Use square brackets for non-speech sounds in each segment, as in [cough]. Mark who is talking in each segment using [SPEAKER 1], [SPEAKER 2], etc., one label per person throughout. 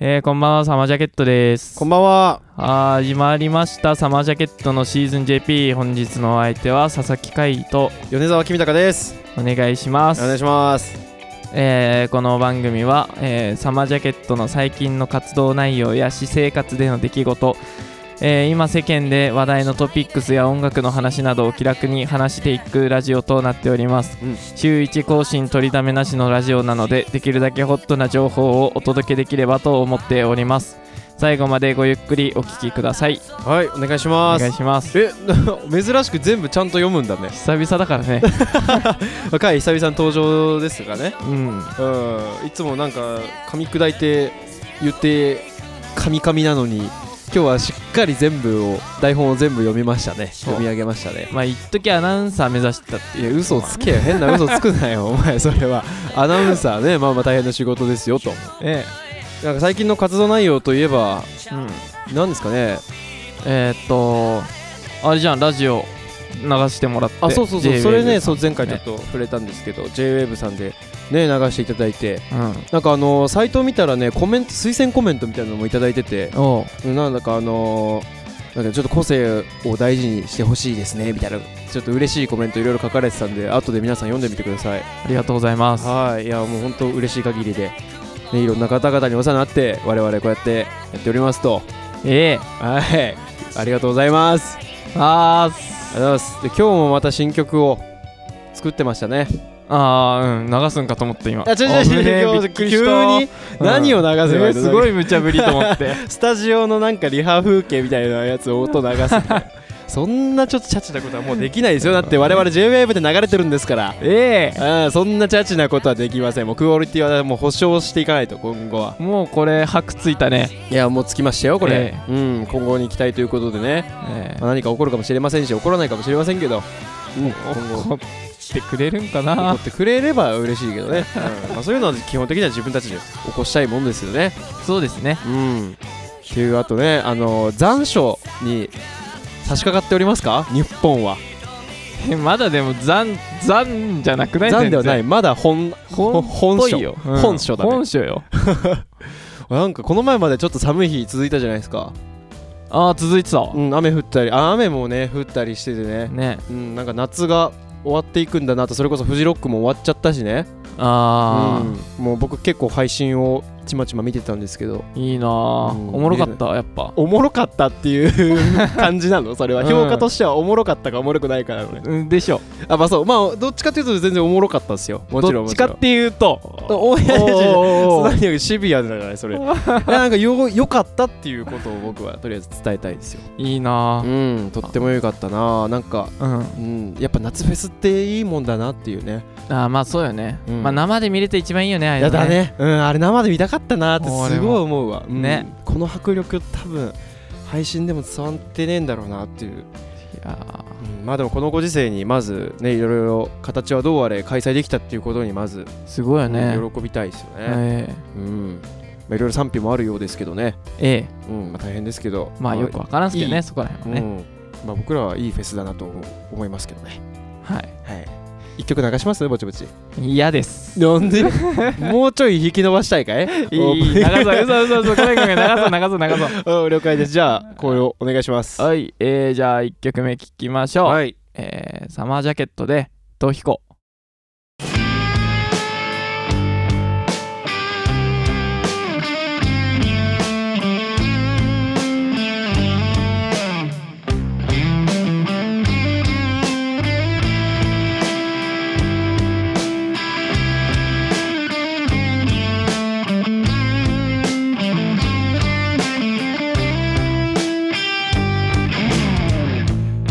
[SPEAKER 1] えー、こんばんは、サマージャケットです。
[SPEAKER 2] こんばんは。
[SPEAKER 1] あー始まりました、サマージャケットのシーズン JP。本日のお相手は佐々木海と
[SPEAKER 2] 米沢君高です。
[SPEAKER 1] お願いしま
[SPEAKER 2] お
[SPEAKER 1] す。
[SPEAKER 2] 願いします。
[SPEAKER 1] えーこの番組は、えーサマージャケットの最近の活動内容や私生活での出来事、えー今世間で話題のトピックスや音楽の話などを気楽に話していくラジオとなっております、
[SPEAKER 2] うん
[SPEAKER 1] 週1更新取りだめなしのラジオなのでできるだけホットな情報をお届けできればと思っております最後までごゆっくりお聞きください
[SPEAKER 2] はい、お願いし
[SPEAKER 1] お
[SPEAKER 2] ま
[SPEAKER 1] 願い
[SPEAKER 2] す。
[SPEAKER 1] します
[SPEAKER 2] え、 [laughs] 珍しく全部ちゃんと読むんだね。
[SPEAKER 1] 久々だからね
[SPEAKER 2] 若い久々の登場ですがね。
[SPEAKER 1] [laughs] うん
[SPEAKER 2] うん、いつもなんか噛み砕いて言って噛み噛みなのに、今日はしっかり全部を台本を全部読みましたね。
[SPEAKER 1] う
[SPEAKER 2] 読み上げましたね。
[SPEAKER 1] まあ一時アナウンサー目指してたって
[SPEAKER 2] い
[SPEAKER 1] い
[SPEAKER 2] や
[SPEAKER 1] う
[SPEAKER 2] 嘘つけよ変な嘘つくな [laughs] よお前それはアナウンサーねまあまあ大変な仕事ですよと
[SPEAKER 1] え
[SPEAKER 2] なんか最近の活動内容といえば
[SPEAKER 1] えうん
[SPEAKER 2] 何ですかね
[SPEAKER 1] えー、っとあれじゃんラジオ流してもらって
[SPEAKER 2] あそうそうそう、
[SPEAKER 1] JWave
[SPEAKER 2] それね
[SPEAKER 1] さ
[SPEAKER 2] そ
[SPEAKER 1] ん
[SPEAKER 2] う前回ちょっと触れたんですけど、JWAVE さんでね流していただいて
[SPEAKER 1] うん
[SPEAKER 2] なんかあのーサイトを見たらねコメント推薦コメントみたいなのもいただいてて
[SPEAKER 1] おう
[SPEAKER 2] なんだかあのーなんかちょっと個性を大事にしてほしいですねみたいなちょっと嬉しいコメントいろいろ書かれてたんで後で皆さん読んでみてください
[SPEAKER 1] ありがとうございます
[SPEAKER 2] はいいやもう本当嬉しい限りで、ね、いろんな方々にお世話になって我々こうやってやっておりますと
[SPEAKER 1] ええ
[SPEAKER 2] はいありがとうございます
[SPEAKER 1] あ
[SPEAKER 2] あ
[SPEAKER 1] ー
[SPEAKER 2] りがとうございますで今日もまた新曲を作ってましたね
[SPEAKER 1] あーうん流すんかと思った今
[SPEAKER 2] あ、違う違う
[SPEAKER 1] 危ねえ
[SPEAKER 2] 違う
[SPEAKER 1] びっくりし
[SPEAKER 2] 急
[SPEAKER 1] た
[SPEAKER 2] に何を流せばいいの、
[SPEAKER 1] すごい無茶ぶりと思って
[SPEAKER 2] スタジオのなんかリハ風景みたいなやつを音流すみたいな [laughs] そんなちょっとチャチなことはもうできないですよだって我々 JWAVE で流れてるんですから
[SPEAKER 1] ええ
[SPEAKER 2] うんそんなチャチなことはできませんもうクオリティはもう保証していかないと今後は
[SPEAKER 1] もうこれ箔ついたね、
[SPEAKER 2] いやもうつきましたよこれ、うん今後に期待ということでね、
[SPEAKER 1] え
[SPEAKER 2] まあ何か起こるかもしれませんし起こらないかもしれませんけど、うん、
[SPEAKER 1] え
[SPEAKER 2] 今後
[SPEAKER 1] 怒ってくれるんか
[SPEAKER 2] 怒
[SPEAKER 1] な
[SPEAKER 2] ってくれれば嬉しいけどね、 [laughs] うんまあ、そういうのは基本的には自分たちで起こしたいもんですよね
[SPEAKER 1] そうですね
[SPEAKER 2] うん、っていうあとね、あのー残暑に差し掛かっておりますか日本は
[SPEAKER 1] えまだでも残残じゃなくない
[SPEAKER 2] 残ではないいまだ本
[SPEAKER 1] 本
[SPEAKER 2] 本
[SPEAKER 1] ぽい
[SPEAKER 2] 暑
[SPEAKER 1] よ、
[SPEAKER 2] 本暑だね
[SPEAKER 1] 本暑よ
[SPEAKER 2] なんかこの前までちょっと寒い日続いたじゃないですか、
[SPEAKER 1] ああ続いてた、
[SPEAKER 2] うん、雨降ったりあ雨もね降ったりしててね、
[SPEAKER 1] ね
[SPEAKER 2] うん、なんか夏が終わっていくんだなとそれこそフジロックも終わっちゃったしね
[SPEAKER 1] ああ、
[SPEAKER 2] うん、もう僕結構配信をちまちま見てたんですけど
[SPEAKER 1] いいなあ、
[SPEAKER 2] うん
[SPEAKER 1] おもろかったやっぱ
[SPEAKER 2] おもろかったっていう [laughs] 感じなのそれは、
[SPEAKER 1] うん
[SPEAKER 2] 評価としてはおもろかったかおもろくないかなのね
[SPEAKER 1] うんでしょ
[SPEAKER 2] あまあそうまあどっちかというと全然おもろかったですよもちろん
[SPEAKER 1] どっちかっていうと
[SPEAKER 2] おおいやいやいやいや
[SPEAKER 1] おー
[SPEAKER 2] そんなにシビアじゃないそれ [laughs] いやなんかよよかったっていうことを僕はとりあえず伝えたいですよ
[SPEAKER 1] いいな
[SPEAKER 2] [laughs] うんとってもよかったななんか
[SPEAKER 1] あうん
[SPEAKER 2] うんやっぱ夏フェスっていいもんだなっていうね
[SPEAKER 1] あーまあそうよね、
[SPEAKER 2] うん
[SPEAKER 1] まあ生で見れて一番いいよねああい
[SPEAKER 2] いうや
[SPEAKER 1] の
[SPEAKER 2] だねうんあれ生で見たかったなって
[SPEAKER 1] 俺
[SPEAKER 2] す
[SPEAKER 1] も
[SPEAKER 2] ごい思うわ、うん
[SPEAKER 1] ね
[SPEAKER 2] この迫力多分配信でも伝わってねえんだろうなっていう、
[SPEAKER 1] いや
[SPEAKER 2] うんまあでもこのご時世にまずねいろいろ形はどうあれ開催できたっていうことにまず
[SPEAKER 1] ーすごいよね、
[SPEAKER 2] 喜びたいですよね、
[SPEAKER 1] えー
[SPEAKER 2] うんまあ、いろいろ賛否もあるようですけどね、
[SPEAKER 1] え
[SPEAKER 2] うんまあ、大変ですけど
[SPEAKER 1] えまあよくわからんすけどね
[SPEAKER 2] いい
[SPEAKER 1] そこら辺は
[SPEAKER 2] ね
[SPEAKER 1] ね、
[SPEAKER 2] まあ、僕らはいいフェスだなと思う思いますけどね
[SPEAKER 1] はい
[SPEAKER 2] はい一曲流しますぼちぼち
[SPEAKER 1] 嫌です
[SPEAKER 2] なん [laughs] でもうちょい引き伸ばしたいかい
[SPEAKER 1] [laughs] いいいい長さうそうそうそうごめんごめん長さ長さ長さ
[SPEAKER 2] うん了解ですじゃあこれをお願いしま
[SPEAKER 1] [laughs]
[SPEAKER 2] す
[SPEAKER 1] はいえー、じゃあ1曲目聴きましょう、
[SPEAKER 2] はい
[SPEAKER 1] えーサマージャケットで逃避行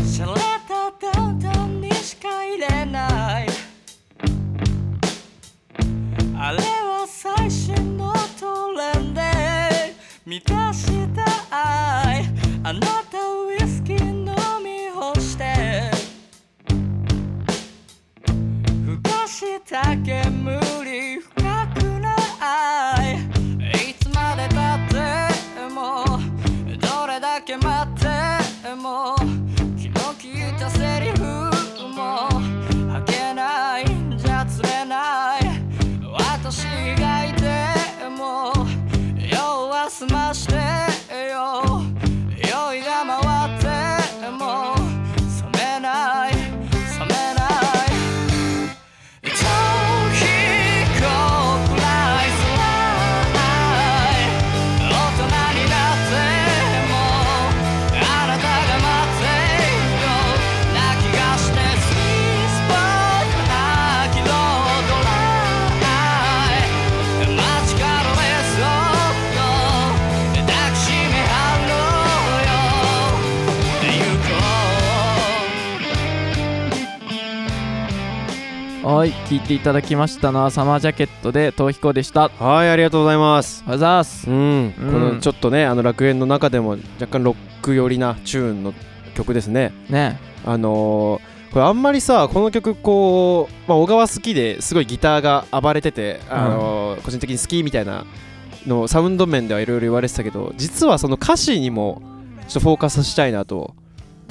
[SPEAKER 3] シャレたダウンタウンにしか入れないあれは最新のトレンド満たした愛あなたウイスキー飲み干してふかした煙深くないいつまでたってもどれだけ待っても気の利いたセリフも吐けないんじゃ釣れない私以外でも弱すましてよ酔いが回っても冷めない冷めない逃避行くらい辛い大人になってもあなたが待っているよ泣きがしてススポーツ諦めない街から目そっと抱きしめ合ろうよ行こう
[SPEAKER 1] はい聞いていただきましたのはサマージャケットで逃避行でしたあり
[SPEAKER 2] はいありがとうございます
[SPEAKER 1] がとうございます
[SPEAKER 2] うん、
[SPEAKER 1] うん
[SPEAKER 2] このちょっとねあの楽園の中でも若干ロック寄りなチューンの曲ですね
[SPEAKER 1] ね
[SPEAKER 2] あのーこれあんまりさこの曲こう、まあ、小川好きですごいギターが暴れてて、あのー個人的に好きみたいなのサウンド面ではいろいろ言われてたけど実はその歌詞にもちょっとフォーカスしたいなと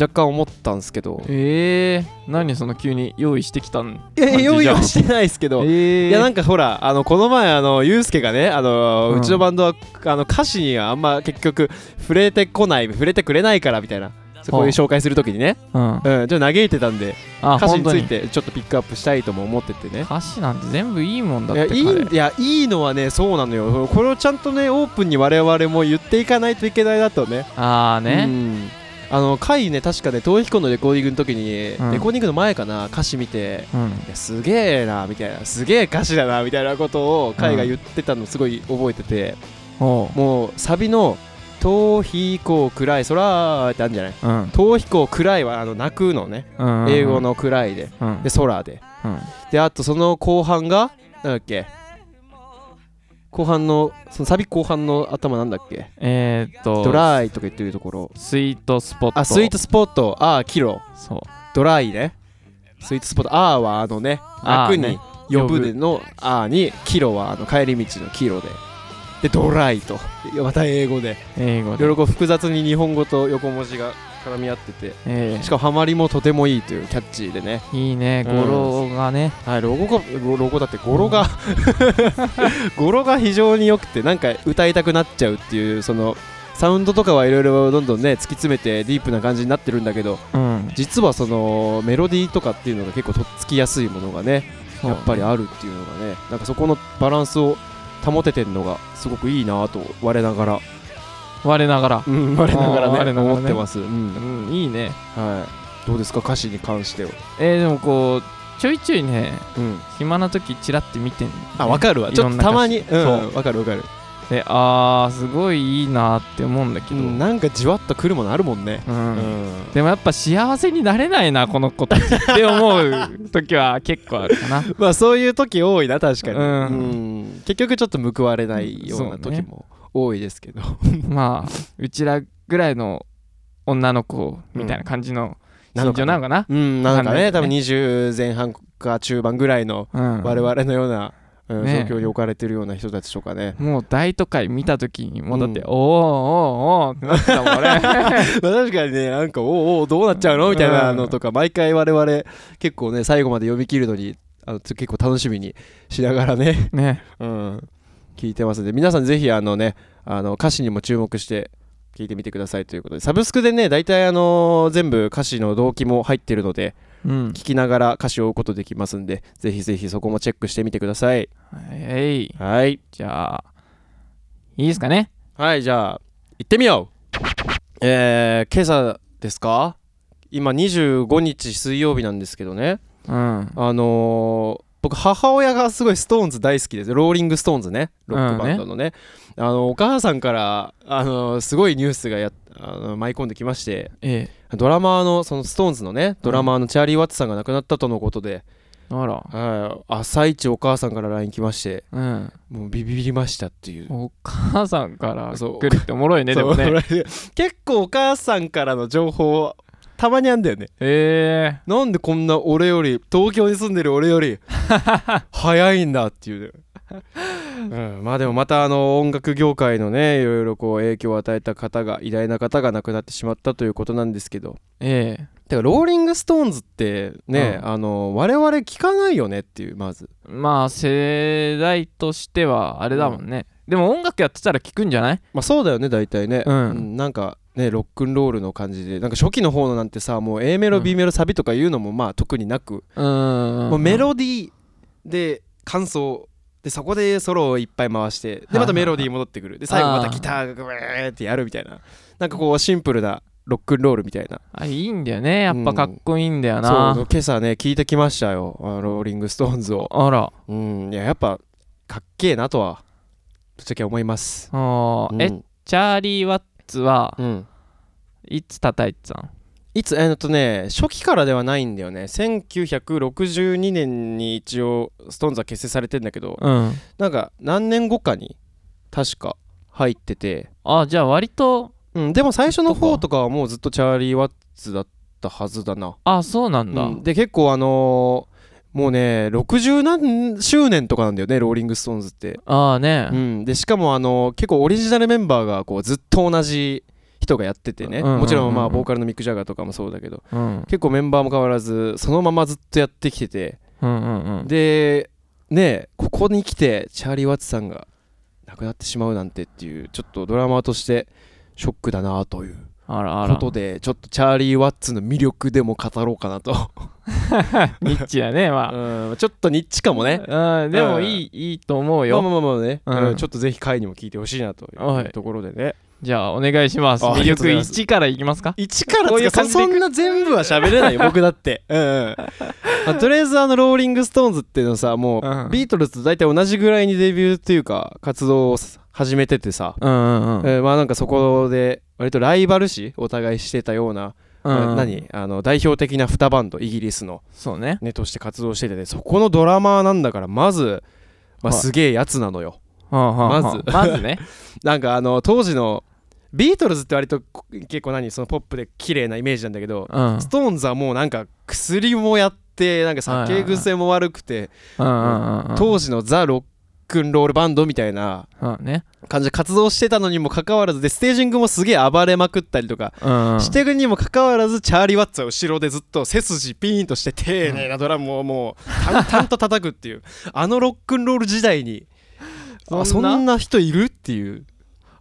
[SPEAKER 2] 若干思ったんですけど
[SPEAKER 1] えー、何その急に用意してきたん
[SPEAKER 2] いや
[SPEAKER 1] 感じ
[SPEAKER 2] [laughs]
[SPEAKER 1] じゃん
[SPEAKER 2] 用意はしてないですけど、
[SPEAKER 1] えー、
[SPEAKER 2] いやなんかほらあのこの前あのユうスケがねあの、
[SPEAKER 1] う
[SPEAKER 2] うんちのバンドはあの歌詞にはあんま結局触れてこない触れてくれないからみたいなそうこういう紹介するときにね、
[SPEAKER 1] うん
[SPEAKER 2] うん、ちょっと嘆いてたんで
[SPEAKER 1] あ
[SPEAKER 2] 歌詞につ
[SPEAKER 1] 本
[SPEAKER 2] い
[SPEAKER 1] 当
[SPEAKER 2] てちょっとピックアップしたいとも思っててね
[SPEAKER 1] 歌詞なんて全部いいもんだ
[SPEAKER 2] い
[SPEAKER 1] っ
[SPEAKER 2] や
[SPEAKER 1] て
[SPEAKER 2] いいんいやいいのはねそうなのよこれをちゃんとねオープンに我々も言っていかないといけないなとね
[SPEAKER 1] ああ
[SPEAKER 2] う
[SPEAKER 1] ね、
[SPEAKER 2] んあの回ね確かね東彦のレコーディングの時に、
[SPEAKER 1] うん
[SPEAKER 2] レコーディングの前かな歌詞見て
[SPEAKER 1] うん
[SPEAKER 2] いやすげえなみたいなすげえ歌詞だなみたいなことを海が言ってたのすごい覚えてて、
[SPEAKER 1] おう
[SPEAKER 2] もうサビの「逃避行暗い空」ってあるんじゃない
[SPEAKER 1] うん
[SPEAKER 2] 逃避行暗いはあの泣くのね
[SPEAKER 1] うん
[SPEAKER 2] 英語、の暗いで
[SPEAKER 1] うん
[SPEAKER 2] で空で
[SPEAKER 1] うん、
[SPEAKER 2] であとその後半がなんだっけ後半のそのサビ後半の頭なんだっけ
[SPEAKER 1] えー、っと
[SPEAKER 2] ドライとか言ってるところ
[SPEAKER 1] スイートスポット
[SPEAKER 2] あスイートスポットああキロ
[SPEAKER 1] そう
[SPEAKER 2] ドライねスイートスポットあーはあのね
[SPEAKER 1] あー
[SPEAKER 2] 楽
[SPEAKER 1] ね
[SPEAKER 2] に呼ぶでのあーにキロはあの帰り道のキロででドライといやまた英語で
[SPEAKER 1] 英語
[SPEAKER 2] いろい
[SPEAKER 1] で、
[SPEAKER 2] ろこう複雑に日本語と横文字が絡み合ってて
[SPEAKER 1] え
[SPEAKER 2] しかもハマりもとてもいいというキャッチーでね
[SPEAKER 1] ー、いいね
[SPEAKER 2] うん
[SPEAKER 1] 語呂がね、
[SPEAKER 2] はいロゴがロロゴだって語呂が [laughs] 語呂が非常によくてなんか歌いたくなっちゃうっていうそのサウンドとかはいろいろどんどんね突き詰めてディープな感じになってるんだけど
[SPEAKER 1] うん
[SPEAKER 2] 実はそのメロディーとかっていうのが結構とっつきやすいものがね
[SPEAKER 1] そう
[SPEAKER 2] やっぱりあるっていうのがねなんかそこのバランスを保ててるのがすごくいいなと我ながら、
[SPEAKER 1] 我ながら、
[SPEAKER 2] うん、我なが
[SPEAKER 1] あー
[SPEAKER 2] ら
[SPEAKER 1] 我な
[SPEAKER 2] ね
[SPEAKER 1] がらね
[SPEAKER 2] 思ってます、うん
[SPEAKER 1] うん、いいね
[SPEAKER 2] はい、どうですか歌詞に関しては、
[SPEAKER 1] えー、でもこうちょいちょいね
[SPEAKER 2] うん、
[SPEAKER 1] 暇な時チラって見てん、ね、
[SPEAKER 2] あ分かるわ
[SPEAKER 1] い
[SPEAKER 2] ち
[SPEAKER 1] ろ
[SPEAKER 2] ょ
[SPEAKER 1] ん
[SPEAKER 2] っ
[SPEAKER 1] な
[SPEAKER 2] とたまに、う
[SPEAKER 1] そ
[SPEAKER 2] ん、分かる分かる、
[SPEAKER 1] であーすごいいいなって思うんだけ
[SPEAKER 2] う
[SPEAKER 1] ど、
[SPEAKER 2] ん、なんかじわっとくるものあるもんね、
[SPEAKER 1] う
[SPEAKER 2] うん
[SPEAKER 1] んでもやっぱ幸せになれないなこの子たちって思う時は結構あるかな
[SPEAKER 2] まあそういう時多いな確かに、
[SPEAKER 1] うん
[SPEAKER 2] うん結局ちょっと報われないような
[SPEAKER 1] そうね
[SPEAKER 2] 時も多いですけど、
[SPEAKER 1] まあうちらぐらいの女の子みたいな感じの身長なのかな
[SPEAKER 2] うん、なんかね、
[SPEAKER 1] わか
[SPEAKER 2] 多
[SPEAKER 1] ん
[SPEAKER 2] 分
[SPEAKER 1] な
[SPEAKER 2] 20前半か中盤ぐらいの
[SPEAKER 1] うん
[SPEAKER 2] 我々のような、うん
[SPEAKER 1] ね
[SPEAKER 2] 状況に置かれてるような人たちとかね。
[SPEAKER 1] もう大都会見た時にもうだって、
[SPEAKER 2] うん
[SPEAKER 1] おーおーおーってなってたもん俺
[SPEAKER 2] [laughs] まあ確かにね、なんか、おうおう、どうなっちゃうのみたいなのとか、毎回我々、結構ね、最後まで読み切るのに、あのつ結構楽しみにしながらね、
[SPEAKER 1] [laughs] ね
[SPEAKER 2] うん、聞いてますんで、皆さんぜひ、あのね、あの歌詞にも注目して、聞いてみてくださいということで、サブスクでね、大体、あの全部歌詞の動機も入ってるので、
[SPEAKER 1] うん
[SPEAKER 2] 聞きながら歌詞を追うことできますんで、ぜひぜひそこもチェックしてみてください。
[SPEAKER 1] えい
[SPEAKER 2] はい。
[SPEAKER 1] じゃあいいですかね
[SPEAKER 2] はい、じゃあ、行ってみようえー、今朝ですか今25日水曜日なんですけどね。
[SPEAKER 1] うん
[SPEAKER 2] あのー僕母親がすごいストーンズ大好きですローリングストーンズねロックバンドのね,、あのお母さんから、あのーすごいニュースがやあの舞い込んできまして
[SPEAKER 1] ええ
[SPEAKER 2] ドラマーのそのストーンズのねドラマーのチャーリー・ワッツさんが亡くなったとのことで、
[SPEAKER 1] あら
[SPEAKER 2] はい朝一お母さんから LINE 来まして
[SPEAKER 1] うん
[SPEAKER 2] もうビビりましたっていう
[SPEAKER 1] お母さんから
[SPEAKER 2] そう
[SPEAKER 1] 来るっておもろいねで
[SPEAKER 2] そ
[SPEAKER 1] も
[SPEAKER 2] う
[SPEAKER 1] ね
[SPEAKER 2] 結構お母さんからの情報たまにあんだよね
[SPEAKER 1] え
[SPEAKER 2] なんでこんな俺より東京に住んでる俺
[SPEAKER 1] [laughs]
[SPEAKER 2] より早いんだっていう、 [laughs] うん、まあでもまたあの音楽業界のねいろいろこう影響を与えた方が偉大な方が亡くなってしまったということなんですけど
[SPEAKER 1] えええ
[SPEAKER 2] てかローリング・ストーンズってね、
[SPEAKER 1] う
[SPEAKER 2] あの我々聞かないよねっていうまず
[SPEAKER 1] まあ世代としてはあれだもんね、でも音楽やってたら聞くんじゃない
[SPEAKER 2] まあそうだよね大体ね、
[SPEAKER 1] うん
[SPEAKER 2] なんかねロックンロールの感じでなんか初期の方のなんてさもう A メロ B メロサビとかいうのもまあ特になく、
[SPEAKER 1] うんうんうん
[SPEAKER 2] もうメロディーで感想でそこでソロをいっぱい回してでまたメロディー戻ってくるで最後またギターがグーってやるみたいななんかこうシンプルなロックンロールみたいな
[SPEAKER 1] あいいんだよねやっぱかっこいいんだよな、
[SPEAKER 2] そう今朝ね聞いてきましたよあのローリング・ストーンズを
[SPEAKER 1] あら
[SPEAKER 2] うんいややっぱかっけえなとはぶっちゃけ思います
[SPEAKER 1] あーえ
[SPEAKER 2] うん
[SPEAKER 1] チャーリー・ワッツは
[SPEAKER 2] うん
[SPEAKER 1] いつ叩いてたの
[SPEAKER 2] いつえーっとね初期からではないんだよね1962年に一応ストーンズは結成されてんだけど
[SPEAKER 1] うん
[SPEAKER 2] なんか何年後かに確か入ってて
[SPEAKER 1] あじゃあ割と
[SPEAKER 2] うん、でも最初の方とかはもうずっとチャーリー・ワッツだったはずだな。
[SPEAKER 1] あそうなんだ、
[SPEAKER 2] うんで結構あのーもうね60何周年とかなんだよねローリング・ストーンズって。
[SPEAKER 1] ああね
[SPEAKER 2] う、ん、でしかもあのー結構オリジナルメンバーがこうずっと同じ人がやっててね、
[SPEAKER 1] うんうんうんうん
[SPEAKER 2] もちろんまあボーカルのミック・ジャガーとかもそうだけど
[SPEAKER 1] うん、
[SPEAKER 2] 結構メンバーも変わらずそのままずっとやってきてて
[SPEAKER 1] うんうんうん
[SPEAKER 2] でねえここに来てチャーリー・ワッツさんが亡くなってしまうなんてっていうちょっとドラマーとしてショックだなという。
[SPEAKER 1] あらあ
[SPEAKER 2] こ
[SPEAKER 1] ら
[SPEAKER 2] とでちょっとチャーリー・ワッツの魅力でも語ろうかなと
[SPEAKER 1] ニッチだねまあ、
[SPEAKER 2] [laughs] うんちょっとニッチかもね
[SPEAKER 1] うん、でもいい、いいと思う
[SPEAKER 2] まあ
[SPEAKER 1] よ。
[SPEAKER 2] まあまあね、
[SPEAKER 1] うん
[SPEAKER 2] うんちょっとぜひ回にも聞いてほしいなとい
[SPEAKER 1] はいう
[SPEAKER 2] ところでね
[SPEAKER 1] じゃあ、お願いします。
[SPEAKER 2] ああ
[SPEAKER 1] 魅
[SPEAKER 2] りがと
[SPEAKER 1] 力
[SPEAKER 2] うございます
[SPEAKER 1] 1からいきますか
[SPEAKER 2] 1から
[SPEAKER 1] こういう
[SPEAKER 2] そ
[SPEAKER 1] 感じでい
[SPEAKER 2] そ
[SPEAKER 1] く
[SPEAKER 2] んな全部は喋れ [laughs] ないよ僕だって、うんうんまあとりあえずあのローリング・ストーンズっていうのさもう、
[SPEAKER 1] うん
[SPEAKER 2] ビートルズと大体同じぐらいにデビューというか活動を始めててさ、
[SPEAKER 1] うんうんうん。
[SPEAKER 2] えーまあなんかそこで割とライバル視お互いしてたような、
[SPEAKER 1] うんうん
[SPEAKER 2] 何あの代表的な2バンドイギリスの
[SPEAKER 1] そうね。
[SPEAKER 2] ね、として活動してて、ね、そこのドラマーなんだからまず、まあ、
[SPEAKER 1] はい
[SPEAKER 2] すげえやつなのよ、
[SPEAKER 1] はあはあはあ [laughs] まずね。
[SPEAKER 2] なんかあの当時のビートルズって割とこ結構何そのポップで綺麗なイメージなんだけど、
[SPEAKER 1] うん。うん
[SPEAKER 2] ストーンズはもうなんか薬もやってなんか酒癖も悪くて、
[SPEAKER 1] うんうんうん。
[SPEAKER 2] 当時のザ・ロックンロールバンドみたいな
[SPEAKER 1] うんね。
[SPEAKER 2] 感じで活動してたのにもかかわらずでステージングもすげえ暴れまくったりとか
[SPEAKER 1] うんうん。
[SPEAKER 2] してるにもかかわらずチャーリー・ワッツは後ろでずっと背筋ピーンとして丁寧なドラムをもう淡
[SPEAKER 1] [laughs]
[SPEAKER 2] 々と叩くっていうあのロックンロール時代に
[SPEAKER 1] そんな
[SPEAKER 2] あそんな人いるっていう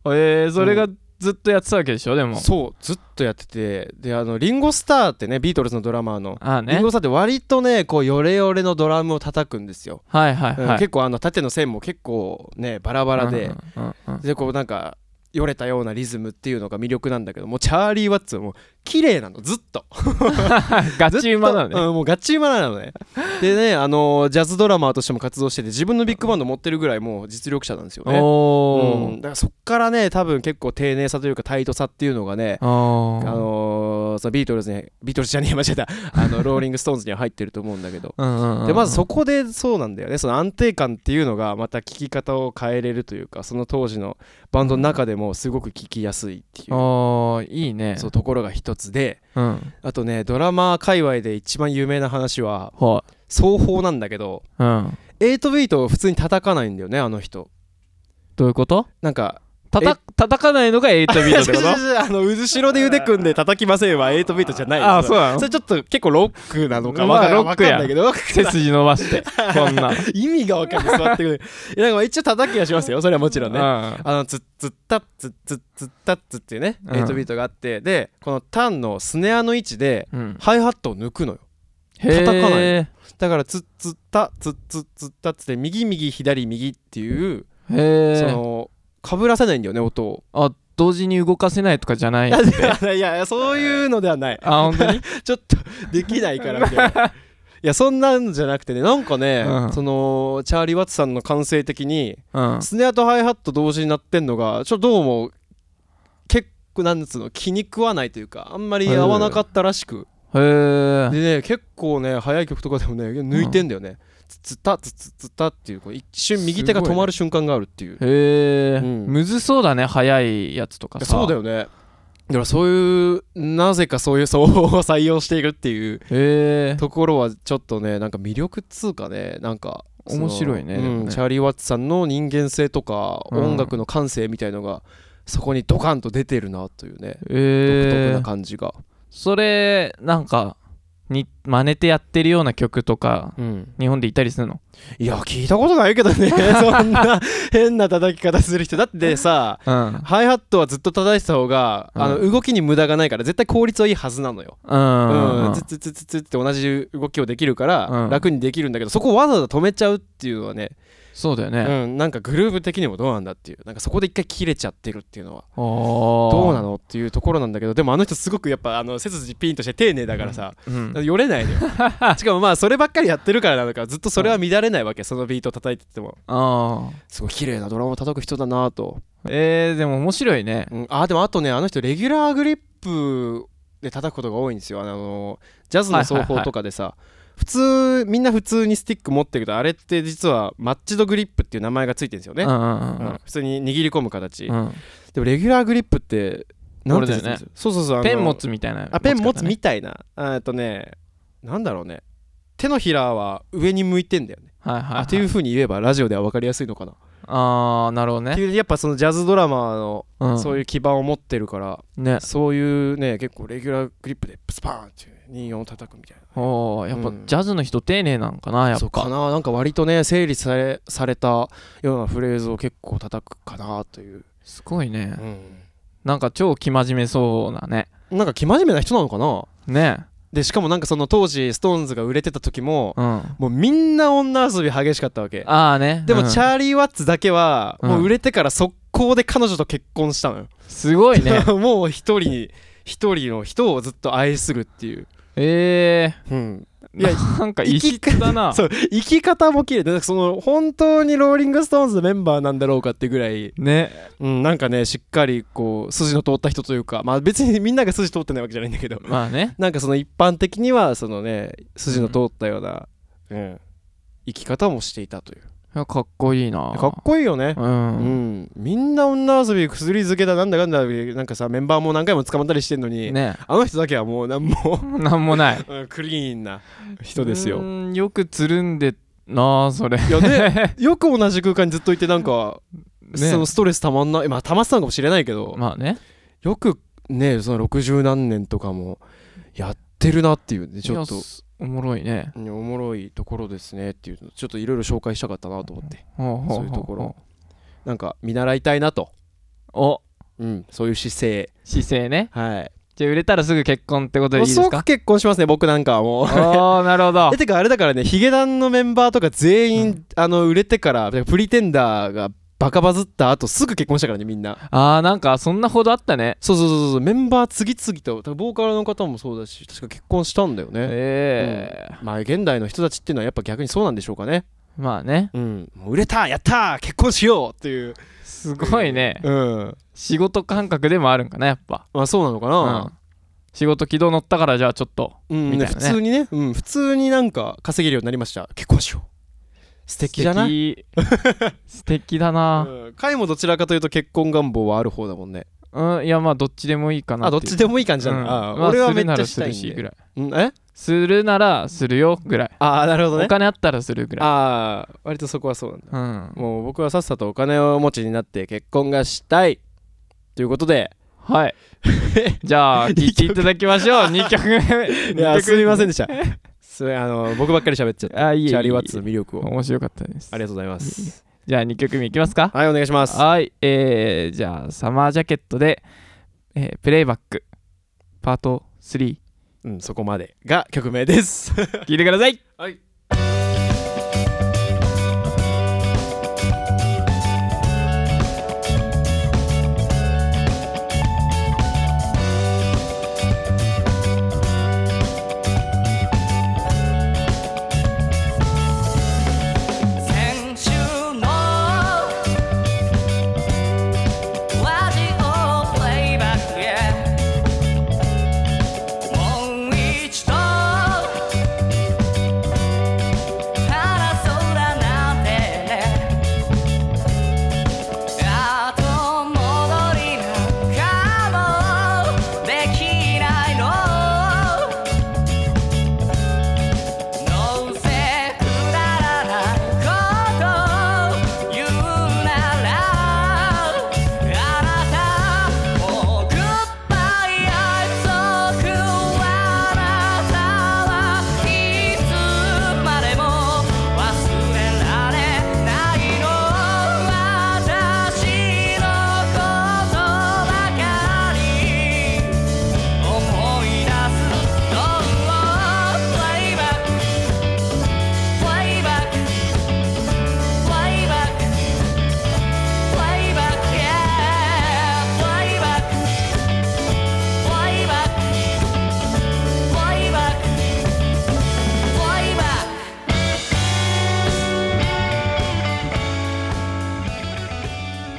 [SPEAKER 1] えー、それがずっとやってたわけでしょ、でも。
[SPEAKER 2] そうずっとやっててであのリンゴスターってねビートルズのドラマーの、
[SPEAKER 1] ああ
[SPEAKER 2] リ
[SPEAKER 1] ね
[SPEAKER 2] ンゴ。スターって割とねこうヨレヨレのドラムを叩くんですよ、
[SPEAKER 1] はいはい
[SPEAKER 2] うん
[SPEAKER 1] はい。
[SPEAKER 2] 結構あの縦の線も結構ねバラバラで、
[SPEAKER 1] うんうんうんうん。
[SPEAKER 2] でこうなんかよれたようなリズムっていうのが魅力なんだけどもうチャーリー・ワッツはもう綺麗なのずっと
[SPEAKER 1] [laughs] ガチ馬だね。
[SPEAKER 2] うん、もうガチ馬なの
[SPEAKER 1] [laughs]
[SPEAKER 2] ねでねあのジャズドラマーとしても活動してて自分のビッグバンド持ってるぐらいもう実力者なんですよね
[SPEAKER 1] お
[SPEAKER 2] うん
[SPEAKER 1] ー。
[SPEAKER 2] だからそっからね多分結構丁寧さというかタイトさっていうのがね
[SPEAKER 1] お
[SPEAKER 2] あ
[SPEAKER 1] ー。
[SPEAKER 2] のーそのビートルズにビートルズじゃねえ間違えた
[SPEAKER 1] [laughs]
[SPEAKER 2] あのローリング・ストーンズには入ってると思うんだけど
[SPEAKER 1] うんうんうん
[SPEAKER 2] でまずそこでそうなんだよねその安定感っていうのがまた聞き方を変えれるというかその当時のバンドの中でもすごく聞きやすいっていう,、
[SPEAKER 1] おー、いいね。
[SPEAKER 2] そうところが一つで
[SPEAKER 1] うん。
[SPEAKER 2] あとねドラマー界隈で一番有名な話は
[SPEAKER 1] は
[SPEAKER 2] 奏法なんだけど
[SPEAKER 1] い。うん。
[SPEAKER 2] 8ビートを普通に叩かないんだよねあの人
[SPEAKER 1] どういうこと
[SPEAKER 2] なんか
[SPEAKER 1] たた叩かないのが8ビートって [laughs] こ
[SPEAKER 2] 違う [laughs] 違う違うあの後ろで腕組んで叩きませんは8ビートじゃな
[SPEAKER 1] と
[SPEAKER 2] い
[SPEAKER 1] あ [laughs] あ、そうなの
[SPEAKER 2] それちょっと結構ロックなのか
[SPEAKER 1] まあ
[SPEAKER 2] わかん
[SPEAKER 1] ロックや
[SPEAKER 2] わかんないけど
[SPEAKER 1] 背筋伸ば [laughs] して、こんな。
[SPEAKER 2] 意味がわかんない座ってくる [laughs] いやなんか一応叩きはしますよそれはもちろんねあ
[SPEAKER 1] ね。
[SPEAKER 2] のツッツッタッツッツッツッタッツっていうね
[SPEAKER 1] うん
[SPEAKER 2] 8ビートがあってでこのタンのスネアの位置で
[SPEAKER 1] うん、
[SPEAKER 2] ハイハットを抜くのよ
[SPEAKER 1] 叩
[SPEAKER 2] 叩かない
[SPEAKER 1] へ
[SPEAKER 2] だからツッツッタツッツッツッタッツって右右左右っていうそ
[SPEAKER 1] え
[SPEAKER 2] のかぶらせないんだよね音を
[SPEAKER 1] あ同時に動かせないとかじゃない
[SPEAKER 2] い [laughs] やいやいやそういうのではない
[SPEAKER 1] あ本当に
[SPEAKER 2] ちょっとできないからみ
[SPEAKER 1] [laughs]
[SPEAKER 2] たいないやそんなんじゃなくてねなんかね、
[SPEAKER 1] うん
[SPEAKER 2] そのチャーリー・ワッツさんの感性的に
[SPEAKER 1] [laughs] うん
[SPEAKER 2] スネアとハイハット同時になってんのがちょっとどうも結構なんつうの気に食わないというかあんまり合わなかったらしく、
[SPEAKER 1] へえ
[SPEAKER 2] でね結構ね早い曲とかでもね抜いてんだよね、ツッツッタツッツッツッタっていうこう一瞬右手が止まる瞬間があるっていう
[SPEAKER 1] へえ、
[SPEAKER 2] うん
[SPEAKER 1] むずそうだね速いやつとかさ
[SPEAKER 2] そうだ
[SPEAKER 1] よ
[SPEAKER 2] よねだからそういうなぜかそういう奏法を採用していくっていう
[SPEAKER 1] へえ
[SPEAKER 2] ところはちょっとねなんか魅力っつうかねなんかその
[SPEAKER 1] 面白いね
[SPEAKER 2] うん
[SPEAKER 1] でもね
[SPEAKER 2] チャーリー・ワッツさんの人間性とか、
[SPEAKER 1] うん
[SPEAKER 2] 音楽の感性みたいのがそこにドカンと出てるなというね、独特
[SPEAKER 1] へえ
[SPEAKER 2] な感じが
[SPEAKER 1] それなんかに真似てやってるような曲とか
[SPEAKER 2] うん、
[SPEAKER 1] 日本でいたりするの
[SPEAKER 2] いや聞いたことないけど
[SPEAKER 1] [laughs]
[SPEAKER 2] ねそんな変な叩き方する人だってさ
[SPEAKER 1] うん
[SPEAKER 2] ハイハットはずっと叩いてた方が、あの
[SPEAKER 1] う
[SPEAKER 2] 動きに無駄がないから絶対効率はいいはずなのよ。
[SPEAKER 1] うんうん
[SPEAKER 2] うん、ツッツッツッツッツッって同じ動きをできるから、
[SPEAKER 1] うん
[SPEAKER 2] 楽にできるんだけどそこをわざわざ止めちゃうっていうのはね、
[SPEAKER 1] そうだよね、
[SPEAKER 2] うん、なんかグルーブ的にもどうなんだっていうなんかそこで一回切れちゃってるっていうのは
[SPEAKER 1] おー
[SPEAKER 2] どうなのっていうところなんだけどでもあの人すごくやっぱあの背筋ピンとして丁寧だからさ、
[SPEAKER 1] うん
[SPEAKER 2] よ
[SPEAKER 1] [laughs]
[SPEAKER 2] れないのよしかもまあそればっかりやってるからなのかずっとそれは乱れないわけそのビートを叩いてても
[SPEAKER 1] あー
[SPEAKER 2] すごい綺麗なドラムを叩く人だなと、
[SPEAKER 1] えー、でも面白いね
[SPEAKER 2] うん、あーでもあとねあの人レギュラーグリップで叩くことが多いんですよあのジャズの奏法とかでさ、普通みんな普通にスティック持ってるけどあれって実はマッチドグリップっていう名前がついてるんですよね、
[SPEAKER 1] うんうんう
[SPEAKER 2] うん
[SPEAKER 1] ん
[SPEAKER 2] 普通に握り込む形、
[SPEAKER 1] うん、うん
[SPEAKER 2] でもレギュラーグリップってなんて
[SPEAKER 1] これだよね
[SPEAKER 2] 説明するそうそうそうあの
[SPEAKER 1] ペン持つみたいな
[SPEAKER 2] あペン持つ
[SPEAKER 1] み
[SPEAKER 2] みたいなえっとねなんだろうね手のひらは上に向いてんだよね、
[SPEAKER 1] はいはい、
[SPEAKER 2] あっていうふうに言えばラジオでは分かりやすいのかな、
[SPEAKER 1] あーなるほど
[SPEAKER 2] って
[SPEAKER 1] ね、
[SPEAKER 2] いうやっぱそのジャズドラマーの
[SPEAKER 1] うん、
[SPEAKER 2] そういう基盤を持ってるから、
[SPEAKER 1] ね
[SPEAKER 2] そういうね結構レギュラーグリップでスパーンって24を叩くみたいな
[SPEAKER 1] おおやっぱ
[SPEAKER 2] うん
[SPEAKER 1] ジャズの人丁寧なのかなやっ
[SPEAKER 2] そうか
[SPEAKER 1] ぱ
[SPEAKER 2] ななんか割とね整理されされたようなフレーズを結構叩くかなという、
[SPEAKER 1] すごいね
[SPEAKER 2] う
[SPEAKER 1] なんか超生真面目そうなね
[SPEAKER 2] ん、なんか生真面目な人なのかな
[SPEAKER 1] ね
[SPEAKER 2] でしかもなんかその当時 SixTONES が売れてた時も
[SPEAKER 1] うんあ
[SPEAKER 2] もうみんな女遊び激しかったわけ
[SPEAKER 1] あね
[SPEAKER 2] でも、
[SPEAKER 1] うん
[SPEAKER 2] チャーリー・ワッツだけは、
[SPEAKER 1] うん
[SPEAKER 2] もう売れてから速攻で彼女と結婚したのよ。
[SPEAKER 1] すごいね
[SPEAKER 2] [laughs] もう一人に、一人の人をずっと愛するっていう。
[SPEAKER 1] え
[SPEAKER 2] うん、
[SPEAKER 1] え
[SPEAKER 2] いや
[SPEAKER 1] なんか異質だな
[SPEAKER 2] そう生き方も綺麗でなんかその本当にローリング・ストーンズのメンバーなんだろうかってぐらい、 [laughs]
[SPEAKER 1] ね
[SPEAKER 2] うん、なんかねしっかりこう筋の通った人というかまあ別にみんなが筋通ってないわけじゃないんだけど
[SPEAKER 1] まあね
[SPEAKER 2] なんかその一般的にはそのね筋の通ったような、うん、生き方もしていたという
[SPEAKER 1] いやかっこいいな
[SPEAKER 2] かっこいいよね
[SPEAKER 1] う、
[SPEAKER 2] うんん、みんな女遊び薬漬けだなんだかんだなんかさメンバーも何回も捕まったりしてんのに、
[SPEAKER 1] ね
[SPEAKER 2] あの人だけはもうな
[SPEAKER 1] [laughs]
[SPEAKER 2] んも
[SPEAKER 1] なんもない
[SPEAKER 2] うんクリーンな人ですよ
[SPEAKER 1] う。んよくつるんでなあそれ
[SPEAKER 2] いやね [laughs] よく同じ空間にずっといてなんか、
[SPEAKER 1] ね
[SPEAKER 2] そのストレスたまんないまあたまってたのかもしれないけど、
[SPEAKER 1] まあね
[SPEAKER 2] よくねその60何年とかもやってるなっていうねちょっ
[SPEAKER 1] い
[SPEAKER 2] と
[SPEAKER 1] や。すおもろいね
[SPEAKER 2] うんおもろいところですねっていうのちょっといろいろ紹介したかったなと思って
[SPEAKER 1] ほほほ
[SPEAKER 2] そういうところなんか見習いたいなと、
[SPEAKER 1] お
[SPEAKER 2] うん、そういう姿勢
[SPEAKER 1] 姿勢ね
[SPEAKER 2] はい
[SPEAKER 1] じゃあ売れたらすぐ結婚ってことでいいです
[SPEAKER 2] もう即
[SPEAKER 1] か
[SPEAKER 2] 結婚しますね僕なんかはもう
[SPEAKER 1] おおなるほど
[SPEAKER 2] [laughs] えてかあれだからねヒゲダンのメンバーとか全員、
[SPEAKER 1] うん
[SPEAKER 2] あの売れてからプリテンダーがバカバズった後すぐ結婚したからねみんな
[SPEAKER 1] あーなんかそんなほどあったね
[SPEAKER 2] そうそうそうそうメンバー次々と多分ボーカルの方もそうだし確か結婚したんだよね、
[SPEAKER 1] ええ
[SPEAKER 2] まあ現代の人たちっていうのはやっぱ逆にそうなんでしょうかね
[SPEAKER 1] まあね
[SPEAKER 2] うんもう売れたやったー結婚しようっていう
[SPEAKER 1] すごいね
[SPEAKER 2] うん
[SPEAKER 1] 仕事感覚でもあるんかなやっぱ
[SPEAKER 2] まあそうなのかな、
[SPEAKER 1] 仕事軌道乗ったからじゃあちょっと
[SPEAKER 2] うん
[SPEAKER 1] みたいなね
[SPEAKER 2] 普通にね、うん、普通になんか稼げるようになりました結婚しよう素敵じゃない
[SPEAKER 1] 素敵 [laughs] 素敵だな
[SPEAKER 2] うんカイもどちらかというと結婚願望はある方だもんね
[SPEAKER 1] うんいやまあどっちでもいいかな
[SPEAKER 2] あ
[SPEAKER 1] てい
[SPEAKER 2] ど
[SPEAKER 1] う
[SPEAKER 2] っちでもいい感じな
[SPEAKER 1] うんん
[SPEAKER 2] だ、あ
[SPEAKER 1] まあ
[SPEAKER 2] 俺は
[SPEAKER 1] す
[SPEAKER 2] め
[SPEAKER 1] る
[SPEAKER 2] っ
[SPEAKER 1] な
[SPEAKER 2] ちゃ
[SPEAKER 1] ら
[SPEAKER 2] したいん
[SPEAKER 1] するしぐ
[SPEAKER 2] で
[SPEAKER 1] らい
[SPEAKER 2] うんえ
[SPEAKER 1] するならするよぐらい
[SPEAKER 2] ああなるほどね
[SPEAKER 1] お金あったらするぐらい
[SPEAKER 2] ああ割とそこはそうなんだ
[SPEAKER 1] うん
[SPEAKER 2] もう僕はさっさとお金を持ちになって結婚がしたいということで
[SPEAKER 1] はい [laughs] じ
[SPEAKER 2] [laughs]
[SPEAKER 1] ゃあ聴いていただきましょう2曲目
[SPEAKER 2] いやすみませんで
[SPEAKER 1] し
[SPEAKER 2] したすいあの僕ばっかり喋っちゃった
[SPEAKER 1] あいえいえいえ
[SPEAKER 2] チャーリー・ワッツの魅力を
[SPEAKER 1] 面白かったです
[SPEAKER 2] ありがとうござい
[SPEAKER 1] い
[SPEAKER 2] ま
[SPEAKER 1] えい
[SPEAKER 2] す
[SPEAKER 1] じゃあ2曲目いきますか
[SPEAKER 2] はいお願いします
[SPEAKER 1] はい、えー、じゃあ、サマージャケットで、えープレイバック、パート3、
[SPEAKER 2] うんそこまでが曲名です
[SPEAKER 1] 聞いてください
[SPEAKER 2] はい
[SPEAKER 3] 先週のラジオプレイバックへもう一度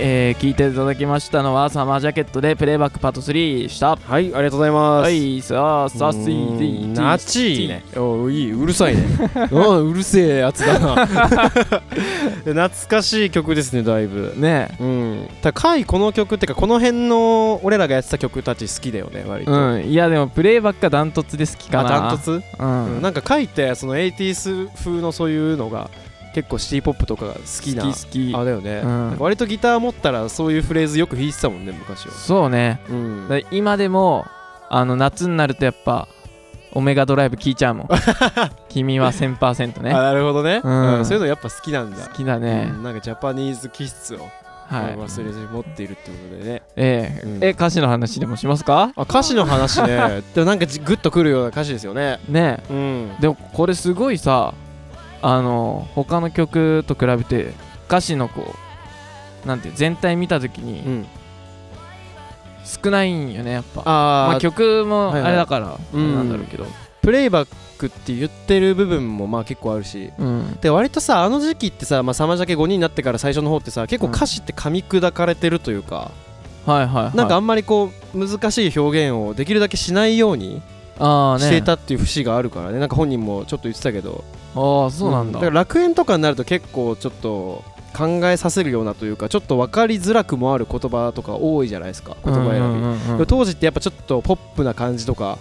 [SPEAKER 1] えー聞いていただきましたのはサマージャケットでプレイバックパート3でした
[SPEAKER 2] はいありがとうございます
[SPEAKER 1] はいさあさあ
[SPEAKER 2] うーん
[SPEAKER 1] スイー
[SPEAKER 2] ナチーねおいいうる
[SPEAKER 1] [laughs]
[SPEAKER 2] さいねうんうるせえやつだな懐かしい曲ですねだいぶ
[SPEAKER 1] ね
[SPEAKER 2] うんただ回この曲ってかこの辺の俺らがやってた曲たち好きだよね割と、
[SPEAKER 1] うんいやでもプレイバックがダントツで好きか
[SPEAKER 2] まあ
[SPEAKER 1] な
[SPEAKER 2] ダントツ、
[SPEAKER 1] うん、
[SPEAKER 2] うんなんか回ってその 80s 風のそういうのが結構シティポップとかが好きな
[SPEAKER 1] 好き好き
[SPEAKER 2] あだよね、
[SPEAKER 1] うん
[SPEAKER 2] なんか割とギター持ったらそういうフレーズよく弾いてたもんね昔は
[SPEAKER 1] そうね
[SPEAKER 2] うん
[SPEAKER 1] だから今でもあの夏になるとやっぱオメガドライブ聴いちゃう
[SPEAKER 2] [laughs]
[SPEAKER 1] もん君は1000%
[SPEAKER 2] あ
[SPEAKER 1] ね
[SPEAKER 2] なるほどね、
[SPEAKER 1] うん
[SPEAKER 2] うんそういうのやっぱ好きなんだ
[SPEAKER 1] 好きだね
[SPEAKER 2] う、んなんかジャパニーズ気質を
[SPEAKER 1] はい
[SPEAKER 2] 忘れずに持っているってことでね、
[SPEAKER 1] ええ
[SPEAKER 2] うん
[SPEAKER 1] え歌詞の話でもしますか
[SPEAKER 2] あ歌詞の話ね [laughs] でもなんかじグッとくるような歌詞ですよね
[SPEAKER 1] ね
[SPEAKER 2] うん
[SPEAKER 1] えでもこれすごいさあの他の曲と比べて歌詞のこうなんていう全体見た時
[SPEAKER 2] う
[SPEAKER 1] に
[SPEAKER 2] ん
[SPEAKER 1] 少ないんよねやっぱ
[SPEAKER 2] あー、
[SPEAKER 1] まあ、曲もあれだから、
[SPEAKER 2] いはい
[SPEAKER 1] なんだろうけど、
[SPEAKER 2] プレイバックって言ってる部分もまあ結構あるし
[SPEAKER 1] うん
[SPEAKER 2] で割とさあの時期ってさ、まあ、サマジャケ5人になってから最初の方ってさ結構歌詞って噛み砕かれてるというか、
[SPEAKER 1] はいはい、はい、
[SPEAKER 2] なんかあんまりこう難しい表現をできるだけしないように
[SPEAKER 1] あーね
[SPEAKER 2] していたっていう節があるからねなんか本人もちょっと言ってたけど
[SPEAKER 1] ああそうなんだ、
[SPEAKER 2] だから楽園とかになると結構ちょっと考えさせるようなというかちょっと分かりづらくもある言葉とか多いじゃないですか言葉選び、
[SPEAKER 1] うんうんうんうん
[SPEAKER 2] でも当時ってやっぱちょっとポップな感じとか、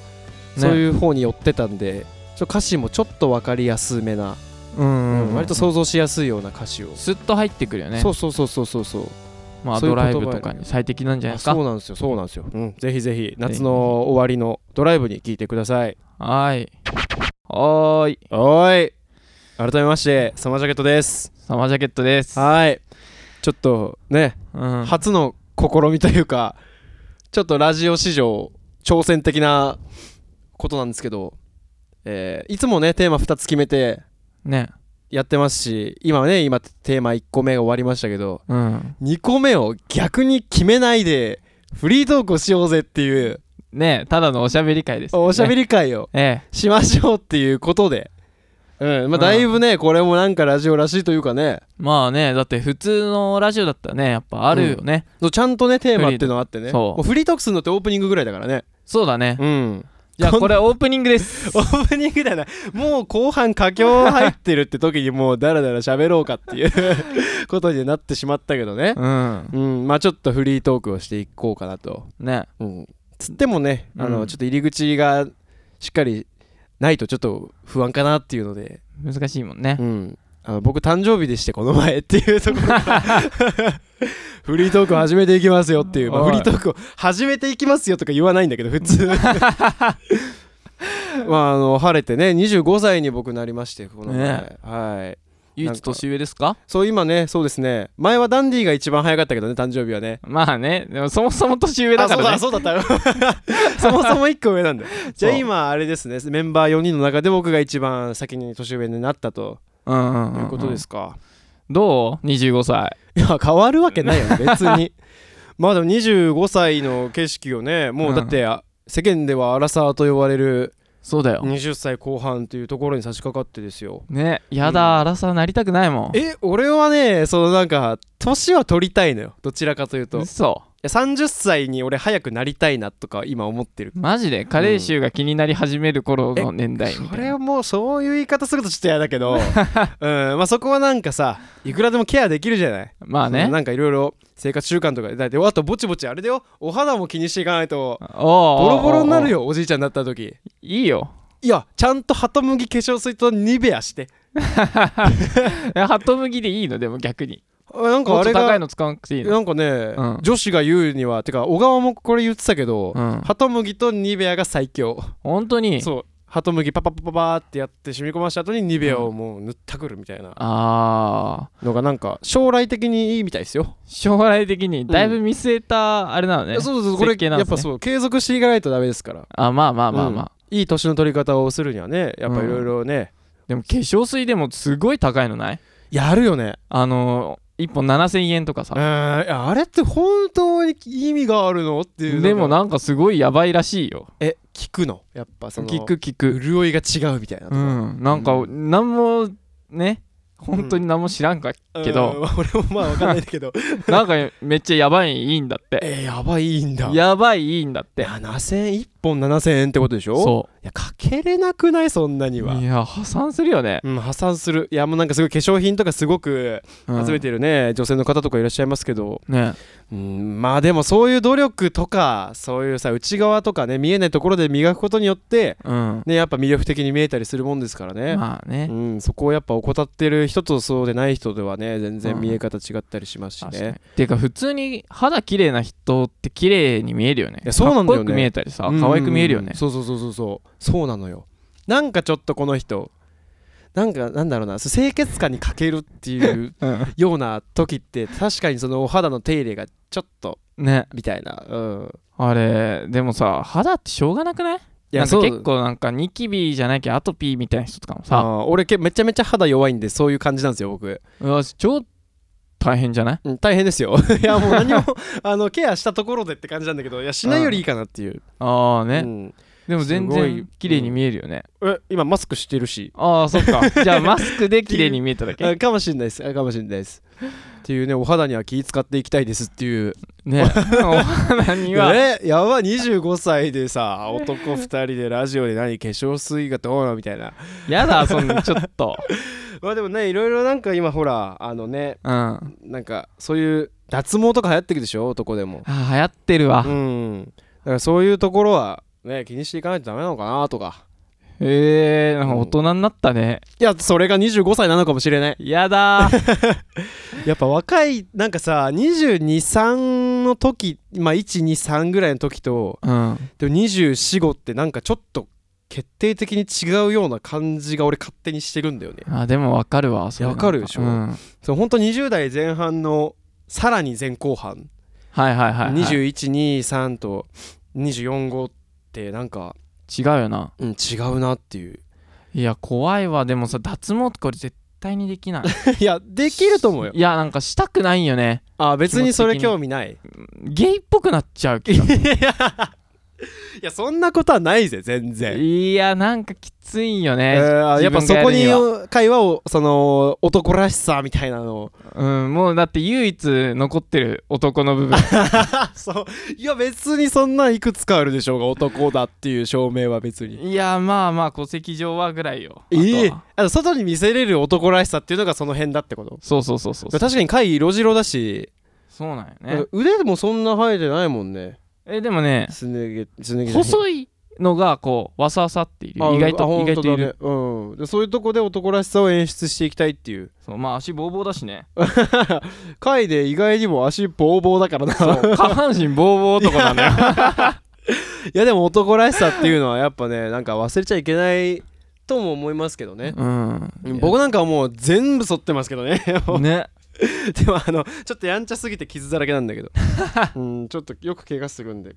[SPEAKER 2] そういう方に寄ってたんでちょっと歌詞もちょっと分かりやすめな、
[SPEAKER 1] うんうんうん
[SPEAKER 2] 割と想像しやすいような歌詞を、
[SPEAKER 1] スッと入ってくるよね
[SPEAKER 2] そうそうそうそうそうそう
[SPEAKER 1] まあ
[SPEAKER 2] そういう
[SPEAKER 1] ド
[SPEAKER 2] 言葉
[SPEAKER 1] ライブとかに最適なんじゃない
[SPEAKER 2] あ
[SPEAKER 1] ですか
[SPEAKER 2] そうなんですよそうなんですよ、うん、ぜひぜひ夏の終わりのドライブに聞いてください
[SPEAKER 1] はーいはーい
[SPEAKER 2] おーい改めましてサマージャケットです
[SPEAKER 1] サマージャケットです
[SPEAKER 2] はいちょっとね
[SPEAKER 1] うん
[SPEAKER 2] 初の試みというかちょっとラジオ史上挑戦的なことなんですけど、えーいつもねテーマ2つ決めて
[SPEAKER 1] ね
[SPEAKER 2] やってますし今ね今テーマ1個目が終わりましたけど
[SPEAKER 1] うん
[SPEAKER 2] 2個目を逆に決めないでフリートークをしようぜっていう
[SPEAKER 1] ねただのおしゃべり会です、ね、
[SPEAKER 2] おしゃべ
[SPEAKER 1] り
[SPEAKER 2] り会を
[SPEAKER 1] ええ
[SPEAKER 2] しましょうっていうことで、うんまあ、だいぶねこれもなんかラジオらしいというかね
[SPEAKER 1] まあねだって普通のラジオだったらねやっぱあるよね、
[SPEAKER 2] ちゃんとねテーマっていうのがあってね
[SPEAKER 1] フリーそう
[SPEAKER 2] もうフリートークするのってオープニングぐらいだからね
[SPEAKER 1] そうだね
[SPEAKER 2] うん
[SPEAKER 1] じゃあこれオープニングです
[SPEAKER 2] オープニングだなもう後半佳境入ってるって時にもうダラダラ喋ろうかっていうことになってしまったけどね
[SPEAKER 1] うん
[SPEAKER 2] うんまあちょっとフリートークをしていこうかなと、
[SPEAKER 1] ね
[SPEAKER 2] うん、つってもねあの、
[SPEAKER 1] うん
[SPEAKER 2] ちょっと入り口がしっかりないとちょっと不安かなっていうので、
[SPEAKER 1] 難しいもんね
[SPEAKER 2] うん、あの僕誕生日でしてこの前っていうところから [laughs] フリートークを始めていきますよっていう、まあ
[SPEAKER 1] おい
[SPEAKER 2] フリートークを始めていきますよとか言わないんだけど普 [laughs] 通まああの晴れてね25歳に僕なりましてこの前、
[SPEAKER 1] ね
[SPEAKER 2] はい
[SPEAKER 1] 唯一年上ですか
[SPEAKER 2] そう今ねそうですね前はダンディが一番早かったけどね誕生日はね
[SPEAKER 1] まあねでもそもそも年上だから
[SPEAKER 2] あ
[SPEAKER 1] ね
[SPEAKER 2] そうだそうだった [laughs] そ [laughs] もそも1個上なんだよじゃあ
[SPEAKER 1] そう
[SPEAKER 2] 今あれですねメンバー4人の中で僕が一番先に年上になったと
[SPEAKER 1] うんうん
[SPEAKER 2] い
[SPEAKER 1] んん
[SPEAKER 2] うことですか、
[SPEAKER 1] どう25歳
[SPEAKER 2] いや変わるわけない [laughs] よ別にまあでも25歳の景色をねもうだって、あ世間ではアラサーと呼ばれる
[SPEAKER 1] そうだよ
[SPEAKER 2] 20歳後半というところに差し掛かってですよ
[SPEAKER 1] ねやだ、荒さなりたくないもん
[SPEAKER 2] え俺はねそのなんか年は取りたいのよどちらかというとい
[SPEAKER 1] 嘘
[SPEAKER 2] や30歳に俺早くなりたいなとか今思ってる
[SPEAKER 1] マジで加齢臭が気になり始める頃の年代み
[SPEAKER 2] そ
[SPEAKER 1] たい
[SPEAKER 2] れ
[SPEAKER 1] な、
[SPEAKER 2] はもうそういう言い方するとちょっと嫌だけ [laughs] ど、うんまあ、そこはなんかさいくらでもケアできるじゃない
[SPEAKER 1] まあ
[SPEAKER 2] その
[SPEAKER 1] ね
[SPEAKER 2] なんかいろいろ生活習慣とかだってあとぼちぼちあれだよお肌も気にしていかないと
[SPEAKER 1] おうお
[SPEAKER 2] ボ
[SPEAKER 1] うおう
[SPEAKER 2] ロボロになるよおじいちゃんになった時
[SPEAKER 1] いいよ
[SPEAKER 2] いやちゃんとハトムギ化粧水とニベアして
[SPEAKER 1] えハトムギでいいのでも逆に
[SPEAKER 2] あなんか
[SPEAKER 1] も
[SPEAKER 2] あ
[SPEAKER 1] っと
[SPEAKER 2] れ
[SPEAKER 1] 高い
[SPEAKER 2] が
[SPEAKER 1] の使わなくていいの
[SPEAKER 2] なんかね、
[SPEAKER 1] うん
[SPEAKER 2] 女子が言うにはてか小川もこれ言ってたけど、
[SPEAKER 1] うん
[SPEAKER 2] ハトムギとニベアが最強
[SPEAKER 1] 本当に
[SPEAKER 2] そうハトムギパパパパパーってやって染み込ました後にニベアをもう塗ったくるみたいな
[SPEAKER 1] あー
[SPEAKER 2] のがなんか将来的にいいみたいですよ、
[SPEAKER 1] 将来的にだいぶ見据えたあれなのね、
[SPEAKER 2] そうそうそうこれ、
[SPEAKER 1] 設計な
[SPEAKER 2] や
[SPEAKER 1] んで
[SPEAKER 2] っ
[SPEAKER 1] すね
[SPEAKER 2] ぱそう継続していかないとダメですから
[SPEAKER 1] あまあまあまあまあ、
[SPEAKER 2] いい年の取り方をするにはねやっぱいろいろね、
[SPEAKER 1] でも化粧水でもすごい高いのない
[SPEAKER 2] やるよね
[SPEAKER 1] あのー、1本7000円とかさ
[SPEAKER 2] うんいやあれって本当に意味があるのっていう
[SPEAKER 1] でも
[SPEAKER 2] な
[SPEAKER 1] なんかすごいやばいらしいよ
[SPEAKER 2] え聞くのやっぱその
[SPEAKER 1] 聞く聞く
[SPEAKER 2] 潤いが違うみたいな
[SPEAKER 1] う
[SPEAKER 2] とか
[SPEAKER 1] んなんか、なんもね本当に何も知らんか、けど
[SPEAKER 2] うん [laughs] 俺もまあわかんないんだけど
[SPEAKER 1] なんかめっちゃやばいいいんだって
[SPEAKER 2] [laughs] えー、やばいいいんだ
[SPEAKER 1] やばいいいんだって
[SPEAKER 2] 7000円1本7000円ってことでしょう
[SPEAKER 1] そ
[SPEAKER 2] いやかけれなくないそんなに
[SPEAKER 1] う
[SPEAKER 2] はい
[SPEAKER 1] や破産するよね、
[SPEAKER 2] うん破産するいやもうなんかすごい化粧品とかすごく
[SPEAKER 1] うん
[SPEAKER 2] 集めてるね、女性の方とかいらっしゃいますけど、
[SPEAKER 1] ね
[SPEAKER 2] うん、まあでもそういう努力とかそういうさ内側とかね見えないところで磨くことによって
[SPEAKER 1] うん
[SPEAKER 2] ねやっぱ魅力的に見えたりするもんですからね、
[SPEAKER 1] まあね、
[SPEAKER 2] うん、そこをやっぱ怠ってる人とそうでない人ではね全然見え方違ったりしますし
[SPEAKER 1] 確
[SPEAKER 2] ね、
[SPEAKER 1] かにていうか普通に肌綺麗な人って綺麗に見えるよね
[SPEAKER 2] いやそうなんだ
[SPEAKER 1] か
[SPEAKER 2] よね
[SPEAKER 1] っこよく見えたりさ
[SPEAKER 2] うん
[SPEAKER 1] 可愛く見えるよね
[SPEAKER 2] そうそうそうそうそうそうなのよなんかちょっとこの人なんかなんだろうなそう清潔感に欠けるっていう
[SPEAKER 1] うん
[SPEAKER 2] ような時って確かにそのお肌の手入れがちょっと
[SPEAKER 1] ね
[SPEAKER 2] みたいなうん
[SPEAKER 1] あれでもさ肌ってしょうがなくない
[SPEAKER 2] い
[SPEAKER 1] なんか
[SPEAKER 2] そう
[SPEAKER 1] 結構なんかニキビじゃなきゃアトピーみたいな人とかもさ
[SPEAKER 2] あー俺けめちゃめちゃ肌弱いんでそういう感じなんですよ僕、
[SPEAKER 1] うわ超大変じゃない
[SPEAKER 2] うん、大変ですよ [laughs] いやもう何もあのケアしたところでって感じなんだけどいやしないよりいいかなっていう、
[SPEAKER 1] ああね、
[SPEAKER 2] うん
[SPEAKER 1] でも全
[SPEAKER 2] すごい
[SPEAKER 1] 然綺麗に見えるよね、
[SPEAKER 2] え今マスクしてるし
[SPEAKER 1] ああそっか
[SPEAKER 2] [laughs]
[SPEAKER 1] じゃあマスクで綺麗に見えただ
[SPEAKER 2] あ
[SPEAKER 1] け
[SPEAKER 2] かもしれないですあかもしれないですっていうねお肌には気使っていきたいですっていう
[SPEAKER 1] ねお花には
[SPEAKER 2] えやばい25歳でさ男2人でラジオで何化粧水がどうなみたいな
[SPEAKER 1] やだそんなちょっと
[SPEAKER 2] まあでもねいろいろなんか今ほらあのね
[SPEAKER 1] うんあ
[SPEAKER 2] なんかそういう脱毛とか流行ってるでしょ男でも
[SPEAKER 1] ー流行ってるわ、
[SPEAKER 2] うんだからそういうところはね気にしていかないとダメなのかなとか
[SPEAKER 1] へえなんか大人になったね、
[SPEAKER 2] いやそれが25歳なのかもしれない
[SPEAKER 1] やだー
[SPEAKER 2] やっぱ若いなんかさ223の時まあ123ぐらいの時と
[SPEAKER 1] うん
[SPEAKER 2] でも245ってなんかちょっと決定的に違うような感じが俺勝手にしてるんだよね
[SPEAKER 1] あでもわかるわそれ
[SPEAKER 2] いやわかるでしょ
[SPEAKER 1] なんか
[SPEAKER 2] その本当20代前半のさらに前後半、
[SPEAKER 1] はいはいはい、はい、
[SPEAKER 2] 2123と245ってなんか、
[SPEAKER 1] 違うよな
[SPEAKER 2] うん、違うなっていう
[SPEAKER 1] いや怖いわでもさ脱毛ってこれ絶対にでき [laughs]
[SPEAKER 2] [laughs]
[SPEAKER 1] ない
[SPEAKER 2] いやできると思うよ
[SPEAKER 1] いやなんかしたくないよね
[SPEAKER 2] あ別にそれ興味ない
[SPEAKER 1] ゲイっぽくなっちゃうけど
[SPEAKER 2] いやそんなことはないぜ全 [laughs] 然、
[SPEAKER 1] いやなんかきついよ
[SPEAKER 2] え
[SPEAKER 1] ね、
[SPEAKER 2] ーあやっぱそ
[SPEAKER 1] 自分
[SPEAKER 2] こ
[SPEAKER 1] がやる
[SPEAKER 2] に
[SPEAKER 1] は
[SPEAKER 2] 会話をその男らしさみたいなのを
[SPEAKER 1] うん、もうだって唯一残ってる男の部
[SPEAKER 2] [laughs]
[SPEAKER 1] 分
[SPEAKER 2] そういや別にそんないくつかあるでしょうが男だっていう証明は別に
[SPEAKER 1] いやまあまあ戸籍上はぐらいよ
[SPEAKER 2] ええ
[SPEAKER 1] あとは
[SPEAKER 2] あ外に見せれる男らしさっていうのがその辺だってこと
[SPEAKER 1] そうそうそうそう
[SPEAKER 2] 確かに貝色白だし
[SPEAKER 1] そうなんよね
[SPEAKER 2] 腕もそんな生えてないもんね
[SPEAKER 1] えでもね
[SPEAKER 2] すね毛すね毛じゃない
[SPEAKER 1] 細いのがこうわさわさっている
[SPEAKER 2] あ
[SPEAKER 1] 意外
[SPEAKER 2] あ
[SPEAKER 1] と意
[SPEAKER 2] 本当だね
[SPEAKER 1] 外といる、
[SPEAKER 2] うんでそういうとこで男らしさを演出していきたいっていう
[SPEAKER 1] そうまあ足ボーボーだしね
[SPEAKER 2] 貝で意外にも足ボーボーだから
[SPEAKER 1] そ
[SPEAKER 2] な
[SPEAKER 1] う下半身ボーボー男なんだよ
[SPEAKER 2] [laughs] いやでも男らしさっていうのはやっぱねなんか忘れちゃいけないとも思いますけどね
[SPEAKER 1] うん
[SPEAKER 2] 僕なんかはもう全部剃ってますけどねもう
[SPEAKER 1] ね
[SPEAKER 2] でもあのちょっとやんちゃすぎて傷だらけなん
[SPEAKER 1] [laughs]
[SPEAKER 2] だけどうんちょっとよく怪我するんで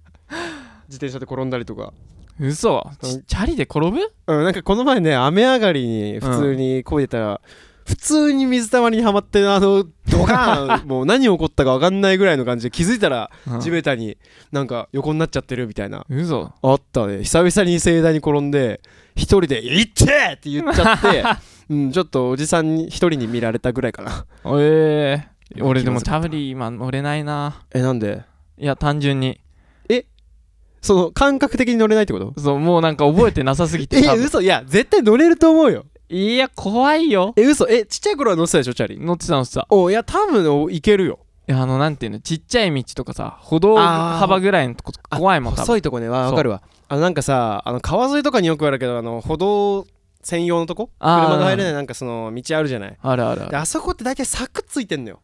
[SPEAKER 2] 自転車で転んだりとか
[SPEAKER 1] 嘘
[SPEAKER 2] うん
[SPEAKER 1] ちチャリで転ぶ
[SPEAKER 2] うん、なんかこの前ね雨上がりに普通にこいでたら、普通に水たまりにはまってあのドカ
[SPEAKER 1] [laughs]
[SPEAKER 2] ーンもう何起こったか分かんないぐらいの感じで気づいたら地べたになんか横になっちゃってるみたいな、
[SPEAKER 1] 嘘
[SPEAKER 2] あったね久々に盛大に転んで一人で「行って!」って言っちゃ
[SPEAKER 1] [laughs]
[SPEAKER 2] って、うん、ちょっとおじさんに一人に見られたぐらいかな
[SPEAKER 1] ええ俺でも
[SPEAKER 2] 気
[SPEAKER 1] チ
[SPEAKER 2] まずかった
[SPEAKER 1] ャリ今乗れないな
[SPEAKER 2] えなんで
[SPEAKER 1] いや単純に
[SPEAKER 2] その感覚的に乗れないってこと
[SPEAKER 1] そうもうなんか覚えてなさすぎて
[SPEAKER 2] え
[SPEAKER 1] 多分
[SPEAKER 2] 嘘いや絶対乗れると思うよ
[SPEAKER 1] いや怖いよ
[SPEAKER 2] え嘘えちっちゃい頃は乗ってたでしょチャリ
[SPEAKER 1] 乗ってた乗ってた
[SPEAKER 2] おいや多分おいけるよ
[SPEAKER 1] いやあのなんていうのちっちゃい道とかさ歩道
[SPEAKER 2] あー
[SPEAKER 1] 幅ぐらいのとことか
[SPEAKER 2] あ
[SPEAKER 1] 怖いもん多分
[SPEAKER 2] 細いとこねわ
[SPEAKER 1] そう
[SPEAKER 2] わかるわあのなんかさあの川沿いとかによくあるけどあの歩道専用のとこ
[SPEAKER 1] あー
[SPEAKER 2] 車が入れないなんかその道あるじゃない
[SPEAKER 1] あるあるあ
[SPEAKER 2] で
[SPEAKER 1] る
[SPEAKER 2] あそこって大体柵ついてんのよ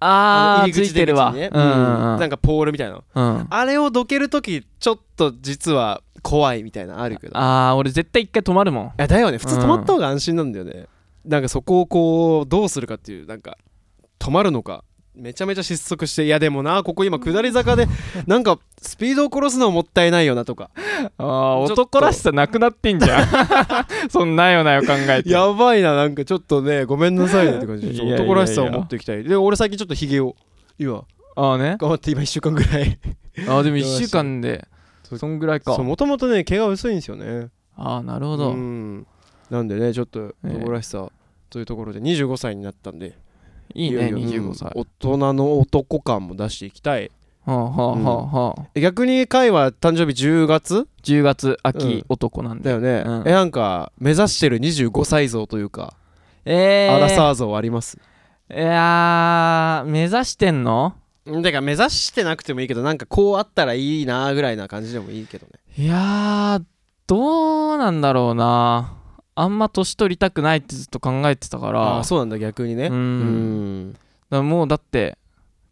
[SPEAKER 1] あ
[SPEAKER 2] の
[SPEAKER 1] ーついてるわ、
[SPEAKER 2] 出口にね
[SPEAKER 1] う
[SPEAKER 2] うんん
[SPEAKER 1] うん
[SPEAKER 2] なんかポールみたいな
[SPEAKER 1] うん、うん、あ
[SPEAKER 2] あれをどけるときちょっと実は怖いみたいなあるけどい
[SPEAKER 1] あー俺絶対一回止まるもん
[SPEAKER 2] やだよね普通止まった方が安心なんだよねなんかそこをこうどうするかっていうなんか止まるのかめちゃめちゃ失速していやでもなここ今下り坂でなんかスピードを殺すのはもったいないよな
[SPEAKER 1] [laughs]
[SPEAKER 2] とか
[SPEAKER 1] ああ
[SPEAKER 2] ちょっと
[SPEAKER 1] 男らしさなくなってんじゃ [laughs] んそんなよなよ考えて
[SPEAKER 2] やばいな、なんかちょっとね、ごめんなさいねって感じで、ちょっと
[SPEAKER 1] いやいやいや
[SPEAKER 2] 男らしさを持っていきたい。で、俺最近ちょっとヒゲを、今、
[SPEAKER 1] ああね
[SPEAKER 2] 頑張って今1週間ぐらい。
[SPEAKER 1] [laughs] あーでも1週間でそんぐらいか
[SPEAKER 2] そう、もともとね、毛が薄いんですよね。
[SPEAKER 1] ああなるほ
[SPEAKER 2] う
[SPEAKER 1] ど、
[SPEAKER 2] ん。なんでね、ちょっと
[SPEAKER 1] ええ
[SPEAKER 2] 男らしさ、というところで25歳になったんで
[SPEAKER 1] いいね
[SPEAKER 2] よよ
[SPEAKER 1] 25歳
[SPEAKER 2] うん大人の男感も出していきたい
[SPEAKER 1] はあはあはあはあ
[SPEAKER 2] え逆にカイは誕生日10月
[SPEAKER 1] 10月
[SPEAKER 2] うん
[SPEAKER 1] 秋男なん
[SPEAKER 2] だ
[SPEAKER 1] で、
[SPEAKER 2] よね、
[SPEAKER 1] うん
[SPEAKER 2] えなんか目指してる25歳像というか、
[SPEAKER 1] えー、
[SPEAKER 2] アラサー像あります
[SPEAKER 1] いやー目指してんの
[SPEAKER 2] うんだから目指してなくてもいいけどなんかこうあったらいいなぐらいな感じでもいいけどね
[SPEAKER 1] いやーどうなんだろうなあんま年取りたくないってずっと考えてたから
[SPEAKER 2] ああーそうなんだ逆にね
[SPEAKER 1] うん
[SPEAKER 2] うん
[SPEAKER 1] だからもうだって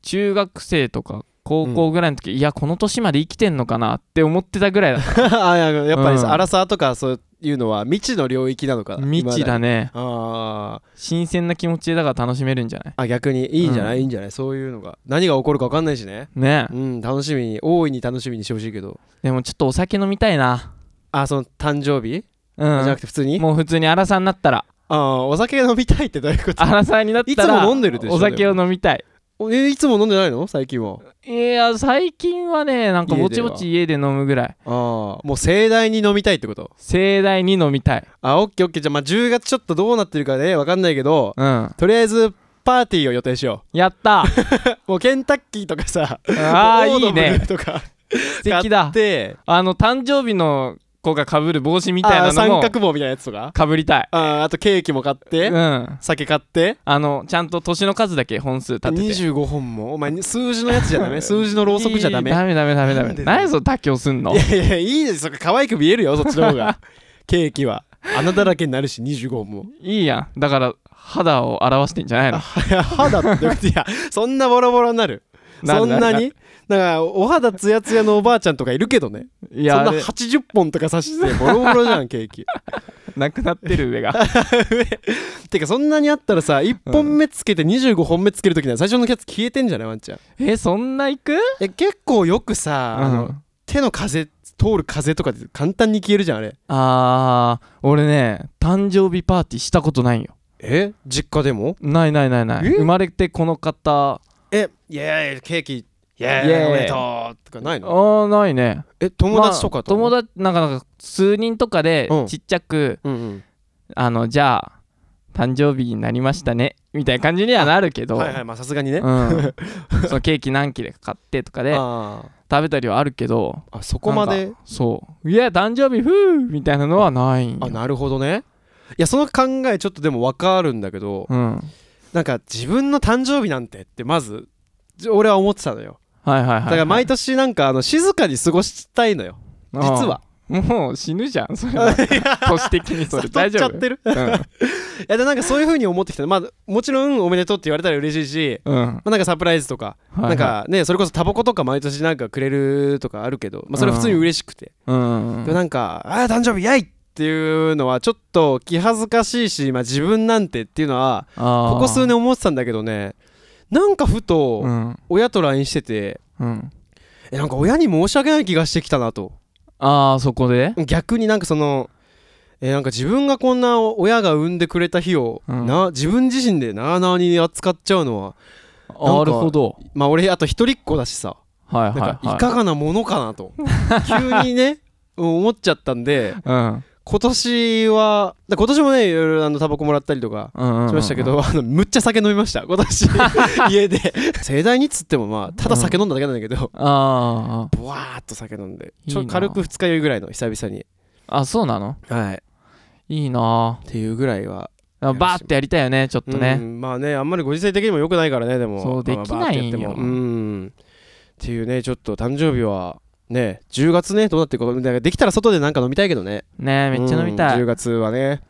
[SPEAKER 1] 中学生とか高校ぐらいの時、いやこの年まで生きてんのかなって思ってたぐらい
[SPEAKER 2] [laughs]
[SPEAKER 1] だ
[SPEAKER 2] [laughs] あややっぱりさ、
[SPEAKER 1] うん
[SPEAKER 2] アラサーとかそういうのは未知の領域なのか
[SPEAKER 1] 未知だ
[SPEAKER 2] ね
[SPEAKER 1] ね
[SPEAKER 2] あー
[SPEAKER 1] 新鮮な気持ちでだから楽しめるんじゃない
[SPEAKER 2] あ逆にいいんじゃない、
[SPEAKER 1] うん
[SPEAKER 2] いいんじゃないそういうのが何が起こるか分かんないしね
[SPEAKER 1] ね
[SPEAKER 2] うん楽しみに大いに楽しみにしてほしいけど
[SPEAKER 1] でもちょっとお酒飲みたいな
[SPEAKER 2] あその誕生日、
[SPEAKER 1] う
[SPEAKER 2] じゃなんくて普通に
[SPEAKER 1] もう普通に荒さになった
[SPEAKER 2] [laughs]
[SPEAKER 1] ら
[SPEAKER 2] ああお酒飲みたいってどういうこと
[SPEAKER 1] 荒さになった
[SPEAKER 2] い
[SPEAKER 1] ら
[SPEAKER 2] つも飲んでるでしょ
[SPEAKER 1] お酒を飲みたい
[SPEAKER 2] おえいつも飲んでないの最近はい
[SPEAKER 1] や最近はねなんかぼちぼち家で飲むぐらい
[SPEAKER 2] ああもう盛大に飲みたいってこと
[SPEAKER 1] 盛大に飲みたい
[SPEAKER 2] あオッケーオッケーじゃあまあ10月ちょっとどうなってるかね分かんないけど
[SPEAKER 1] うん
[SPEAKER 2] とりあえずパーティーを予定しよ
[SPEAKER 1] やったあ
[SPEAKER 2] [laughs] うもうケンタッキーとかさ
[SPEAKER 1] あー
[SPEAKER 2] オー
[SPEAKER 1] い
[SPEAKER 2] ド
[SPEAKER 1] い
[SPEAKER 2] ブル
[SPEAKER 1] ね
[SPEAKER 2] とか
[SPEAKER 1] 素敵だ
[SPEAKER 2] で
[SPEAKER 1] あの誕生日の子がかぶる帽子み
[SPEAKER 2] み
[SPEAKER 1] たいなの
[SPEAKER 2] 三
[SPEAKER 1] も
[SPEAKER 2] 角棒みたいなやつとか
[SPEAKER 1] かぶりたい
[SPEAKER 2] あーあとケーキも買っ
[SPEAKER 1] う
[SPEAKER 2] て、
[SPEAKER 1] ん
[SPEAKER 2] 酒買って
[SPEAKER 1] あのちゃんと年の数だけ本数立てて
[SPEAKER 2] 25本もお前数字のやつじゃダメ [laughs] 数字のろうそくじゃダメ
[SPEAKER 1] いいダメダメダメダ
[SPEAKER 2] なんで
[SPEAKER 1] メ
[SPEAKER 2] だよ
[SPEAKER 1] 何それ妥協すんの
[SPEAKER 2] いやいやいいですそれ可愛く見えるよそっちの方 [laughs] がケーキは穴だらけになるし25本も [laughs]
[SPEAKER 1] いいやんだから肌を表してんじゃないの
[SPEAKER 2] いや肌ってこといやそんなボロボロになる
[SPEAKER 1] な
[SPEAKER 2] そ
[SPEAKER 1] る
[SPEAKER 2] んなにだからお肌ツヤツヤのおばあちゃんとかいるけどね
[SPEAKER 1] い
[SPEAKER 2] そん
[SPEAKER 1] や
[SPEAKER 2] な [laughs]
[SPEAKER 1] あれ
[SPEAKER 2] 80本とか刺してボロボロじ
[SPEAKER 1] [laughs]
[SPEAKER 2] ゃんケーキ
[SPEAKER 1] なくなってる上が
[SPEAKER 2] てかそんなにあったらさ1本目つけて25本目つけるときには最初のキャッツ消えてんじゃないワンちゃん
[SPEAKER 1] [laughs] えそんないく
[SPEAKER 2] え結構よくさ、あの手の風通る風とかで簡単に消えるじゃんあれ
[SPEAKER 1] あー俺ね誕生日パーティーしたことないんよ
[SPEAKER 2] え実家でも
[SPEAKER 1] ないないないない
[SPEAKER 2] え
[SPEAKER 1] 生まれてこの方
[SPEAKER 2] えイエーイケーキイ
[SPEAKER 1] イ
[SPEAKER 2] エ
[SPEAKER 1] エーイ
[SPEAKER 2] ーイおめでとうとかない
[SPEAKER 1] あ
[SPEAKER 2] の
[SPEAKER 1] ーないね
[SPEAKER 2] え友達とかと、
[SPEAKER 1] まあ友達なんかなんか数人とかで
[SPEAKER 2] うん
[SPEAKER 1] ちっちゃく、
[SPEAKER 2] うんうん
[SPEAKER 1] あのじゃあ誕生日になりましたねみたいな感じにはなるけど、
[SPEAKER 2] はいはいまあさすがにね、あ [laughs]
[SPEAKER 1] うん、そのケーキ何切れか買ってとかで
[SPEAKER 2] あ
[SPEAKER 1] 食べたりはあるけど
[SPEAKER 2] ーあそこま
[SPEAKER 1] な
[SPEAKER 2] で
[SPEAKER 1] んかそう「いや誕生日ふー!」みたいなのはないんよ
[SPEAKER 2] あなるほどねいやその考えちょっとでも分かるんだけど、
[SPEAKER 1] うん
[SPEAKER 2] なんか自分の誕生日なんてってまずじ俺は思ってたのよ
[SPEAKER 1] はいはいはい、はい、
[SPEAKER 2] だから毎年なんかあの静かに過ごしたいのよ
[SPEAKER 1] うん
[SPEAKER 2] 実は
[SPEAKER 1] もう死ぬじゃんそれは年的にそれ
[SPEAKER 2] 悟っ
[SPEAKER 1] 大
[SPEAKER 2] ち
[SPEAKER 1] 丈
[SPEAKER 2] ゃっ
[SPEAKER 1] 夫
[SPEAKER 2] てる
[SPEAKER 1] う
[SPEAKER 2] いやでなんかそういう風に思ってきたまあもちろんおめでとうって言われたら嬉しいし
[SPEAKER 1] ん、うん
[SPEAKER 2] まあ、なんかサプライズとか、
[SPEAKER 1] はいはい
[SPEAKER 2] なんかねそれこそタバコとか毎年なんかくれるとかあるけど、まあ、それは普通に嬉しくて、
[SPEAKER 1] うん
[SPEAKER 2] でもなんか「ああ誕生日やい!」っていうのはちょっと気恥ずかしいし、まあ、自分なんてっていうのはこ
[SPEAKER 1] こ
[SPEAKER 2] こ数年思ってたんだけどねなんかふ
[SPEAKER 1] う
[SPEAKER 2] と
[SPEAKER 1] ん
[SPEAKER 2] 親と LINE してて、
[SPEAKER 1] うん
[SPEAKER 2] えなんか親に申し訳ない気がしてきたなと
[SPEAKER 1] ああそこで
[SPEAKER 2] 逆になんかそのえなんか自分がこんな親が産んでくれた日を、
[SPEAKER 1] うん
[SPEAKER 2] な自分自身でなあなあに扱っちゃうのは
[SPEAKER 1] なるほど
[SPEAKER 2] まあ俺あと一人っ子だしさ
[SPEAKER 1] はいはい
[SPEAKER 2] なん
[SPEAKER 1] は
[SPEAKER 2] か
[SPEAKER 1] い
[SPEAKER 2] いかがなものかなと急にね思っちゃったんで
[SPEAKER 1] うん
[SPEAKER 2] 今年はだ今年もねいろいろあのタバコもらったりとか
[SPEAKER 1] うんうんうん
[SPEAKER 2] しましたけど、 [laughs] あのむっちゃ酒飲
[SPEAKER 1] [laughs]
[SPEAKER 2] みました今年家で盛大にっつってもまあただ酒飲んだだけなんだけど、
[SPEAKER 1] あ
[SPEAKER 2] ブワーっと酒飲んで
[SPEAKER 1] いい
[SPEAKER 2] ち
[SPEAKER 1] な
[SPEAKER 2] ょ軽く二日酔いぐらいの久々に
[SPEAKER 1] ああそうなの
[SPEAKER 2] はい
[SPEAKER 1] いいな
[SPEAKER 2] っていうぐらいは
[SPEAKER 1] あバーってやりたいよねちょっと
[SPEAKER 2] う
[SPEAKER 1] ね
[SPEAKER 2] んまあねあんまりご時世的にも良くないからねでも
[SPEAKER 1] そうできないよ
[SPEAKER 2] まあまあバーってやってもうんっていうねちょっと誕生日はね10月ねどうなっていくかだからできたら外でなんか飲みたいけどね
[SPEAKER 1] ねめっちゃ飲みた
[SPEAKER 2] うん
[SPEAKER 1] い
[SPEAKER 2] 10月はね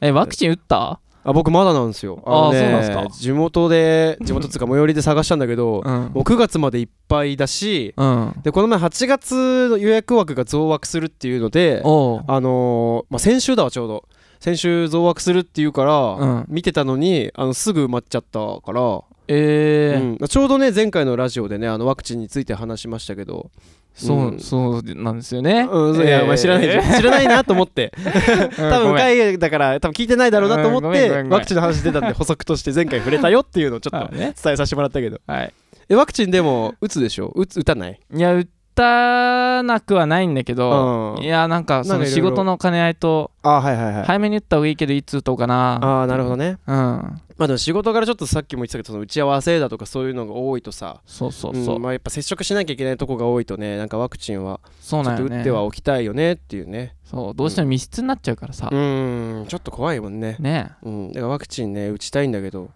[SPEAKER 1] えワクチン打った
[SPEAKER 2] あ僕まだなんですよ
[SPEAKER 1] あー
[SPEAKER 2] のね
[SPEAKER 1] そうなんすか
[SPEAKER 2] 地元で地元っつうか最寄りで探したんだけ
[SPEAKER 1] う
[SPEAKER 2] ど
[SPEAKER 1] ん
[SPEAKER 2] もう9月までいっぱいだし
[SPEAKER 1] うん
[SPEAKER 2] でこの前8月の予約枠が増枠するっていうので
[SPEAKER 1] おう
[SPEAKER 2] あのーまあ、先週だわちょうど先週増枠するっていうから、
[SPEAKER 1] うん
[SPEAKER 2] 見てたのにあのすぐ埋まっちゃったから
[SPEAKER 1] えー
[SPEAKER 2] うん、ちょうどね前回のラジオでねあのワクチンについて話しましたけど、
[SPEAKER 1] そううんそうなんですよね
[SPEAKER 2] うんそういやお前知らないじゃん知らないなと思って
[SPEAKER 1] [laughs]
[SPEAKER 2] 多分回だから多分聞いてないだろうなと思っ
[SPEAKER 1] うんごめんごめ
[SPEAKER 2] て
[SPEAKER 1] んごめん
[SPEAKER 2] ワクチンの話出たん
[SPEAKER 1] [laughs]
[SPEAKER 2] で補足として前回触れたよっていうのをちょっと
[SPEAKER 1] あね
[SPEAKER 2] 伝えさせてもらったけど
[SPEAKER 1] はい
[SPEAKER 2] えワクチンでも打つでしょ打つ打たない
[SPEAKER 1] いや打ったなくはないんだけど、
[SPEAKER 2] うん
[SPEAKER 1] いやなんかそ
[SPEAKER 2] なん
[SPEAKER 1] の
[SPEAKER 2] かいろいろ
[SPEAKER 1] 仕事の兼ね合いと
[SPEAKER 2] あはいはいはい、
[SPEAKER 1] 早めに打った方がいいけどいつ打とうかな
[SPEAKER 2] ああなるほどね
[SPEAKER 1] うん
[SPEAKER 2] まあでも仕事からちょっとさっきも言ってたけどその打ち合わせだとかそういうのが多いとさ
[SPEAKER 1] そうそうそう、
[SPEAKER 2] んまあ、やっぱ接触しなきゃいけないとこが多いとねなんかワクチンは
[SPEAKER 1] そう
[SPEAKER 2] ちょ
[SPEAKER 1] な
[SPEAKER 2] っ
[SPEAKER 1] んよ
[SPEAKER 2] と
[SPEAKER 1] ね
[SPEAKER 2] 打ってはおきたいよねっていうね
[SPEAKER 1] そうどうしても密室になっちゃうからさ、
[SPEAKER 2] うんちょっと怖いもんね
[SPEAKER 1] ね
[SPEAKER 2] うんだからワクチンね打ちたいんだけど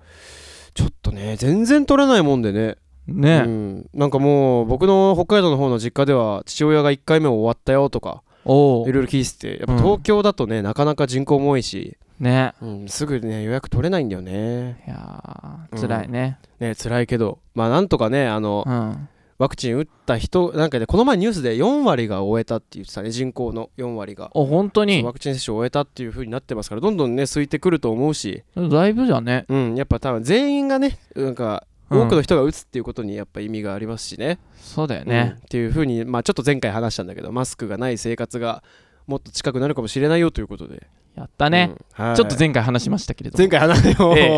[SPEAKER 2] ちょっとね全然取れないもんでね
[SPEAKER 1] えねえ、
[SPEAKER 2] うん、なんかもう僕の北海道の方の実家では父親が1回目終わったよとか
[SPEAKER 1] おお
[SPEAKER 2] いろいろ聞いててやっ
[SPEAKER 1] う
[SPEAKER 2] ぱ
[SPEAKER 1] ん
[SPEAKER 2] 東京だとね、なかなか人口も多いし、
[SPEAKER 1] ね
[SPEAKER 2] うん、すぐね予約取れないんだよね
[SPEAKER 1] えいや
[SPEAKER 2] う
[SPEAKER 1] ー
[SPEAKER 2] ん
[SPEAKER 1] 辛いね
[SPEAKER 2] ね辛いけどまあなんとかねあの、
[SPEAKER 1] うん、
[SPEAKER 2] ワクチン打った人なんかでこの前ニュースで4割が終えたって言ってたね人口の4割が
[SPEAKER 1] お本当に
[SPEAKER 2] ワクチン接種を終えたっていう風になってますからどんどんね空いてくると思うし、
[SPEAKER 1] だいぶじゃね、
[SPEAKER 2] うん、やっぱ多分全員がねなんか
[SPEAKER 1] うん
[SPEAKER 2] 多くの人が打つっていうことにやっぱ意味がありますしね、
[SPEAKER 1] そうだよね
[SPEAKER 2] うん、っていうふうに、まあ、ちょっと前回話したんだけどマスクがない生活がもっと近くなるかもしれないよということで、
[SPEAKER 1] やったね、
[SPEAKER 2] うんはい
[SPEAKER 1] ちょっと前回話しましたけれども
[SPEAKER 2] 前回話しても、
[SPEAKER 1] ええ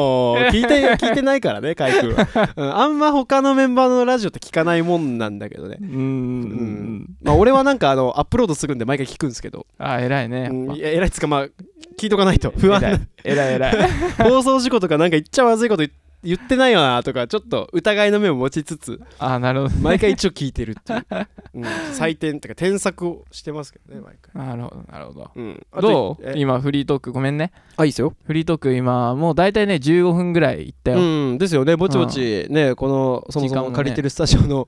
[SPEAKER 2] 聞いて聞いてないからね海君は、うんあんま他のメンバーのラジオって聞かないもんなんだけどね
[SPEAKER 1] うーん
[SPEAKER 2] うん
[SPEAKER 1] ん
[SPEAKER 2] まあ俺はなんかあのアップロードするんで毎回聞くんですけど、
[SPEAKER 1] あ偉 [laughs] いねやっ
[SPEAKER 2] う
[SPEAKER 1] ぱ
[SPEAKER 2] ん、いやえらいっつうかまあ聞いとか
[SPEAKER 1] [laughs]
[SPEAKER 2] ないと不安な
[SPEAKER 1] 偉い偉い偉い
[SPEAKER 2] [laughs] 放送事故とかなんか言っちゃまずいこと言言ってないよなとかちょっと疑いの目を持ちつつ
[SPEAKER 1] あなるほど
[SPEAKER 2] 毎回一応聞いてるって
[SPEAKER 1] [laughs]
[SPEAKER 2] いう、うん、採点とか添削をしてますけどね毎回。
[SPEAKER 1] なるほどなるほど
[SPEAKER 2] うん、
[SPEAKER 1] どう
[SPEAKER 2] あとえ
[SPEAKER 1] 今フリートークごめんね
[SPEAKER 2] あいいですよ、
[SPEAKER 1] フリートーク今もう大体ね15分ぐらいいったよ、
[SPEAKER 2] うん、ですよねぼちぼちねこのそもそ
[SPEAKER 1] 時間も
[SPEAKER 2] も
[SPEAKER 1] ね
[SPEAKER 2] 借りてるスタジオの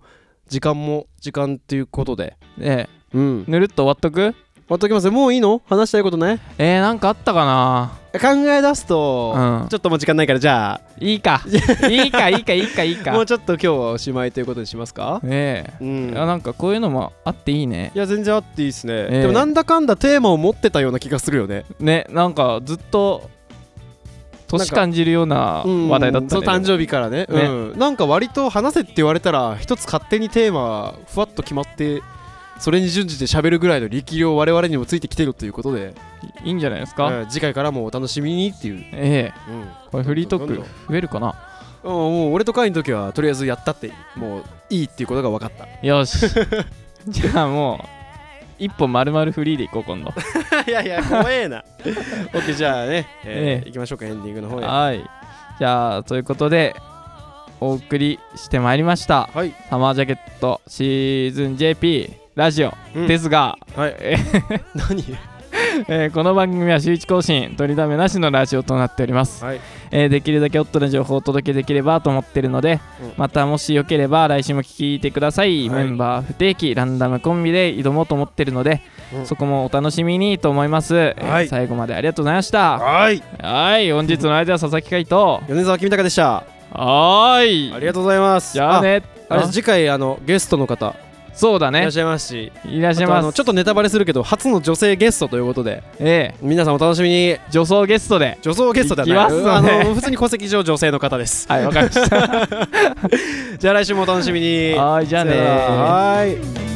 [SPEAKER 2] 時間も時間っていうことで
[SPEAKER 1] で
[SPEAKER 2] うん
[SPEAKER 1] ぬるっと終わっとく
[SPEAKER 2] 待っときますよもういいの話したいことね
[SPEAKER 1] えー、なんかあったかな
[SPEAKER 2] 考え出すと、
[SPEAKER 1] うん
[SPEAKER 2] ちょっともう時間ないからじゃ
[SPEAKER 1] いい
[SPEAKER 2] [laughs]
[SPEAKER 1] かいいかいいかいいかいい
[SPEAKER 2] あも
[SPEAKER 1] か
[SPEAKER 2] うちょっと今日はおしまいということにしますか
[SPEAKER 1] ねえ
[SPEAKER 2] うん
[SPEAKER 1] いやなんかこういうのもあっていいね
[SPEAKER 2] いや全然あっていいですね、
[SPEAKER 1] ええ
[SPEAKER 2] でもなんだかんだテーマを持ってたような気がするよね
[SPEAKER 1] ねなんかずっと年感じるような話題だった
[SPEAKER 2] そう
[SPEAKER 1] ね
[SPEAKER 2] 誕生日からね
[SPEAKER 1] ね
[SPEAKER 2] うん、なんか割と話せって言われたら一つ勝手にテーマふわっと決まってそれに準じて喋るぐらいの力量我々にもついてきてるということで、
[SPEAKER 1] いいんじゃないです
[SPEAKER 2] え
[SPEAKER 1] か、
[SPEAKER 2] ー次回からもお楽しみにっていう、
[SPEAKER 1] ええ
[SPEAKER 2] うん
[SPEAKER 1] これフリートー
[SPEAKER 2] どんどんどん
[SPEAKER 1] ク増えるかな
[SPEAKER 2] もう俺と会の時はとりあえずやったってもういいっていうことが分かった
[SPEAKER 1] よ
[SPEAKER 2] [laughs]
[SPEAKER 1] しじゃあもう一本丸々フリーで [laughs] いこう今度
[SPEAKER 2] いやいや怖え [laughs] な OK じゃあね、
[SPEAKER 1] えー
[SPEAKER 2] いきましょうかエンディングの方へ
[SPEAKER 1] はいじゃあということでお送りしてまいりました
[SPEAKER 2] はい、
[SPEAKER 1] 「サマージャケットシーズン JP ラジオ」
[SPEAKER 2] うん
[SPEAKER 1] です
[SPEAKER 2] [laughs]
[SPEAKER 1] が、
[SPEAKER 2] はい、
[SPEAKER 1] え
[SPEAKER 2] 何
[SPEAKER 1] えーこの番組は週一更新取りだめなしのラジオとなっております、
[SPEAKER 2] はい
[SPEAKER 1] えーできるだけホットな情報をお届けできればと思ってるので、
[SPEAKER 2] うん
[SPEAKER 1] またもしよければ来週も聞いてください、
[SPEAKER 2] はい
[SPEAKER 1] メンバー不定期ランダムコンビで挑もうと思ってるので、
[SPEAKER 2] うん
[SPEAKER 1] そこもお楽しみにと思います、えー
[SPEAKER 2] はい
[SPEAKER 1] 最後までありがとうございました
[SPEAKER 2] はい
[SPEAKER 1] はい本日の相手は佐々木海と
[SPEAKER 2] 米沢君高でした
[SPEAKER 1] はーい
[SPEAKER 2] ありがとうございます
[SPEAKER 1] じゃあね
[SPEAKER 2] ああれです次回あのゲストの方
[SPEAKER 1] あそうだ
[SPEAKER 2] いら
[SPEAKER 1] ね
[SPEAKER 2] っしゃいますし
[SPEAKER 1] いらっしゃい
[SPEAKER 2] あとあ
[SPEAKER 1] ま
[SPEAKER 2] の
[SPEAKER 1] す
[SPEAKER 2] ちょっとネタバレするけど初の女性ゲストということで
[SPEAKER 1] え
[SPEAKER 2] 皆さんお楽しみに
[SPEAKER 1] え女装ゲストで
[SPEAKER 2] 女装ゲストではない
[SPEAKER 1] 行きますので
[SPEAKER 2] あの普通に戸籍上女性の方です
[SPEAKER 1] はいわかりました
[SPEAKER 2] じゃあ来週もお楽しみに
[SPEAKER 1] はーいじゃあね
[SPEAKER 2] さよならはーい
[SPEAKER 3] 「